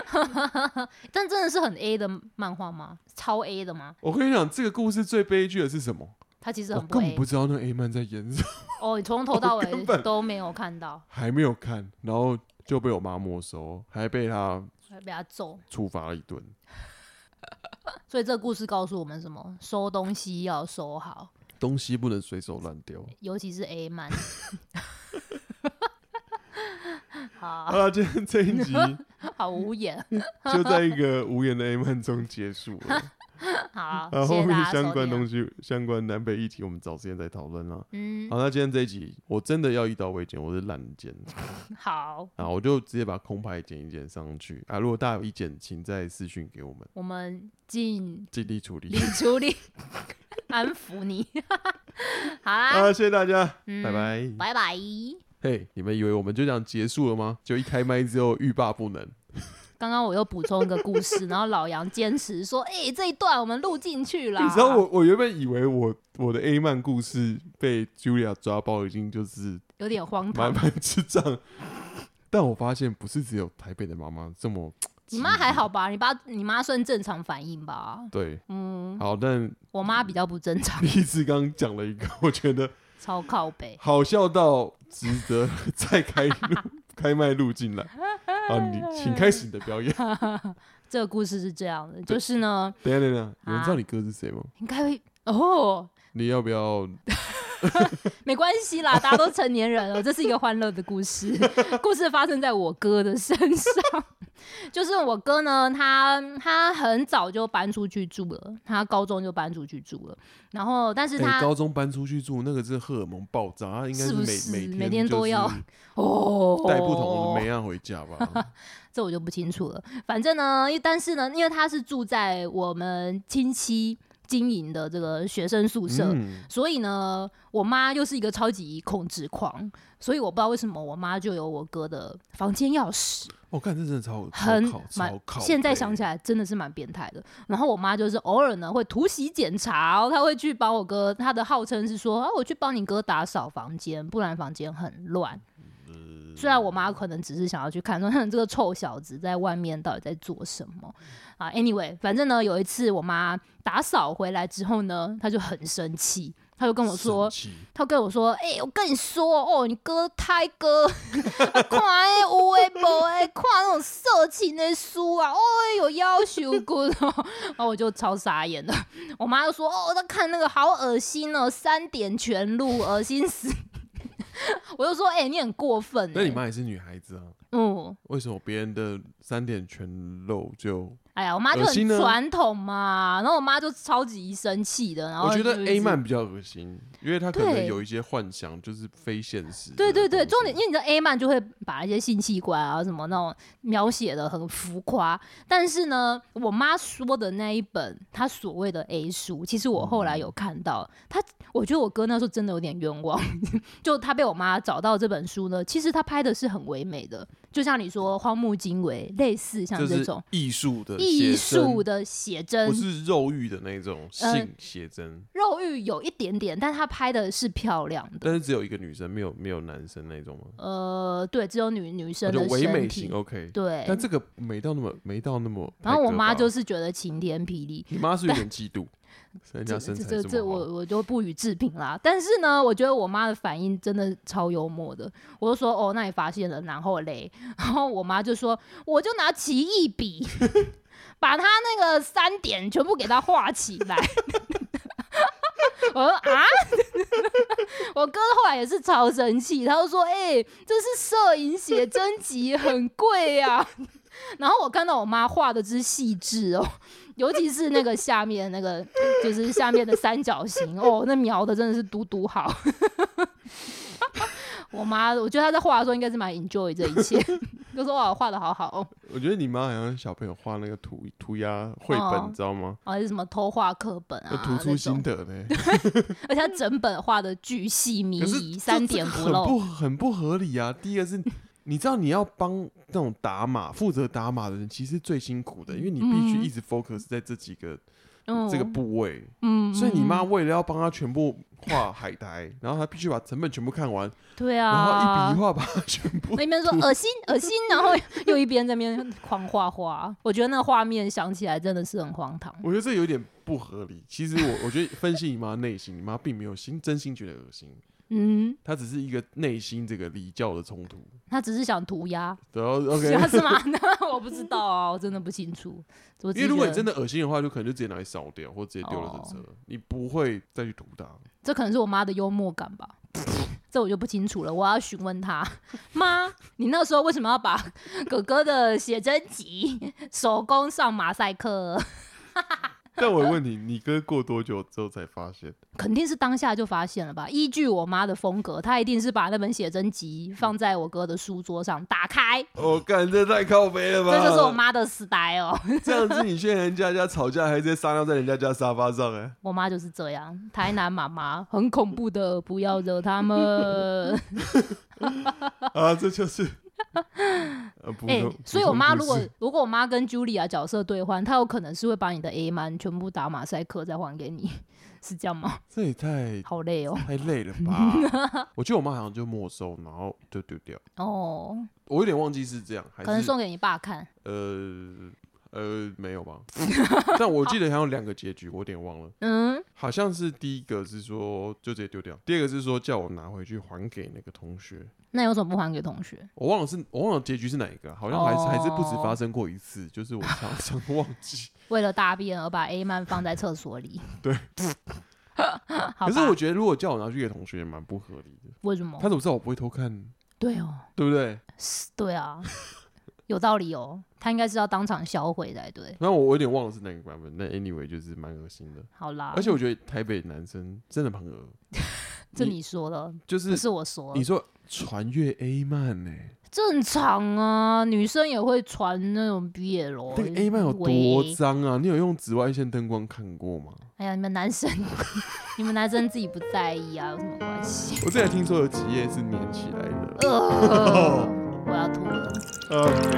但真的是很 A 的漫画吗？超 A 的吗？
我跟你讲，这个故事最悲剧的是什么？
他其实
我
很
根
A
本不知道那 A 漫在演什么，
哦，你从头到尾
根本
都没有看到，
还没有看，然后就被我妈没收，还被她
还被他揍。
处罚了一顿。
所以这个故事告诉我们什么？收东西要收好，
东西不能随手乱丢。
尤其是 A 漫。 好啊
好了，今天这一集
好无言，
就在一个无言的 A 漫中结束了。
好，
然后
谢
后
谢
面
大家
相
收
关
听啊
东西、相关南北议题，我们找时间再讨论啦。
嗯，
好，那今天这一集我真的要一刀未剪，我是懒剪。
好，
啊，我就直接把空拍剪一剪上去啊。如果大家有意见，请再私讯给我们，
我们尽
尽力处理
力。处理， 安抚你。 好啦，
啊，谢谢大家，
嗯
拜拜。
拜拜。
嘿，你们以为我们就这样结束了吗？就一开麦之后欲罢不能。
刚刚我又补充一个故事，然后老杨坚持说：“哎、这一段我们录进去了。”
你知道我，我原本以为我我的 A 漫故事被 Julia 抓包，已经就是
有点荒唐。
满满智障， 但我发现不是只有台北的妈妈这么。
你妈还好？吧？你爸你妈算正常反应吧？
对，
嗯，
好，但
我妈比较不正 常，
励志刚讲了一个， 我觉得
超靠北。
好笑到值得 再开路开麦录 进来。好，你请开始你的 表演。
这个故事是这样的，就是呢，
等一下等一下，有人
啊
知道你哥是谁吗？
应该会哦，
你要不要？
没关系 啦，大家都成年人了，这是一个欢乐的故事。故事发生在我哥的身上， 就是我哥呢，他他很早就搬出去住了，他高中就搬出去住了，然后但是
哎
他、
高中搬出去住，那个是荷尔蒙爆炸，他应该
是不
每
是
每
每
天
天
就
都
是
要哦，
带不同的美样回家吧？
这我就不清楚了。反正呢，因但是呢，因为他是住在我们亲戚经营的这个学生宿舍，
嗯，
所以呢，我妈又是一个超级控制狂，所以我不知道为什么我妈就有我哥的房间钥匙，
我看哦这真的超
很
超靠
蛮
超靠。
现在想起，来真的是蛮变态的。然后我妈就是偶尔呢会突袭检查哦，她会去帮我哥，她的号称是说啊，我去帮你哥打扫房间，不然房间很乱。虽然我妈可能只是想要去看说，哼，这个臭小子在外面到底在做什么啊？Anyway，反正呢，有一次我妈打扫回来之后呢，她就很生气，他就跟我说，
生气
他跟我说：“哎、我跟你说哦，你哥太哥， 啊看迄有诶无诶，看那种色情的书啊，哦有要求过哦。” 然后我就超傻眼了。我妈就说：“哦，我在看那个好恶心哦，《三点全路》，恶心死。” 我就说：“哎、你很过分、欸。”
那你妈也是女孩子啊，
嗯，
为什么别人的三点全漏就？
哎呀，我妈就
恶心
很
呢
传统嘛，然后我妈就超级生气的。然后
我觉得
就一直
A 漫比较恶心，因为她可能
对
有一些幻想，就是非现实的东
对
西。
对对，重点因为你知道 A 漫就会把一些性器官啊什么那种描写的很浮夸，但是呢，我妈说的那一本她所谓的 A 书，其实我后
嗯
来有看到，她我觉得我哥那时候真的有点冤枉， 就他被我妈找到这本书呢，其实他拍的是很唯美的，就像你说荒木经惟类似像
就
这
是
种
艺术的
艺
写
术
真，
的写真
不，是肉欲的那种
呃
性写真，
肉欲有一点点，但他拍的是漂亮的。
但是只有一个女生，没有没有男生那种吗？
呃，对，只有女女
我
生
觉
的
得唯美
身
型哦
体，
OK，
对，
但这个没到那么没到那么。，
然后我妈就是是觉得晴天霹雳，
你妈是有点嫉 妒，人
这
家
这
身材
这这
这么好
我我就不予置评啦。但是呢，我觉得我妈的反应真的超幽默的。我就说哦，那你发现了，然后嘞，然后我妈就说，我就拿奇异笔 把她那个三点全部给她画起来。 我说啊， 我哥后来也是超生气，他就说：“哎、这是摄影写真集，很贵呀、 然后我看到我妈画的之细致哦，尤其是那个下面那个，就是下面的三角形哦，那描的真的是嘟嘟好。 我妈，我觉得她在画的时候应该是蛮 enjoy 这一切， 就说哇，画的好好哦，
我觉得你妈好像小朋友画那个涂涂鸦绘
哦
本，你知道吗？
还是什么偷画课本
要
啊，
涂出
那种，
心得欸呢，
而且她整本画的巨细靡
可是
遗，
这
三
这
点
个
不
很
漏。
不很不合理啊！第一个是，你知道你要帮那种打码、负责打码的人，其实最辛苦的，因为你必须
嗯
一直 focus 在这几个、
嗯，
这个部位，
嗯，
所以你
嗯
妈为了要帮他全部画海苔，然后她必须把成本全部看完，
对
然后一笔
啊
一，画把它全部
那一边说恶心恶心，然后又一边在那边狂画画，我觉得那个画面想起来真的是很荒唐。
我觉得这有点不合理。其实我我觉得分析你妈内心，你妈并没有心真心觉得恶心，
嗯，
她只是一个内心这个礼教的冲突。
他只是想涂鸦，
然后
是
OK，
啊是吗？那我不知道啊，我真的不清 楚。我只
因为如果你真
的，
的恶心的话，就可能就直接拿来烧掉，或直接丢了
哦
这车，你不会再去涂它。
这可能是我妈的幽默感吧。这我就不清楚了，我要询问她妈，你那时候为什么要把哥哥的写真集手工上马赛克？
但我问你，你哥过多久之后才发现？
肯定是当下就发现了吧？依据我妈的风格，她一定是把那本写真集放在我哥的书桌上，打开，
我哦干，这太靠背了吧！
这就是我妈的 style 哦。
这样子，你去人家家吵架，还直接撒尿在人家家沙发 上、哎，
我妈就是这样，台南妈妈很恐怖的，不要惹他们。
啊，这 就是。呃，不
哎、
同
所以我妈如果
不同故事
如果我妈跟 Julia 角色兑换，她有可能是会把你的 A 曼全部打马赛克再还给你，是这样吗？
这也太
好累哦。
太累了 吧？我记得我妈好像就没收，然后就丢掉。
哦，
我有点忘记是这样，还
可能
是
送给你爸看。
呃呃没有吧？ 但我记得好像有两个结局，我有点忘了。
嗯，
好像是第一个是说就直接丢掉，第二个是说叫我拿回去还给那个同学，
那有什么不还给同学？
我忘了是我忘了结局是哪一个，好像还是、
哦
还是不止发生过一次，就是我常 常忘记。
为了大便而把 A 曼放在厕所里。
对。
好吧哦
可是我觉得如果叫我拿去给同学也蛮不合理的，
为什么
他？怎么知道我不会偷看，
对哦，
对不对？
是对啊，有道理哦。他应该是要当场销毁才对。
那我有点忘了是哪个版本，但 anyway 就是蛮恶心的，
好啦，
而且我觉得台北男生真的蛮恶，
这你说的，
就
不
是
是我说
你
的，
说传阅 A 漫欸呢、
正常啊，女生也会传那种 BL
那个 A 漫有多
喂
脏啊？你有用紫外线灯光看过吗？
哎呀，你们男生， 你们男生自己不在意啊，有什么关系？
我之前听说有几页是粘起来的。
呃，我要吐了。
呃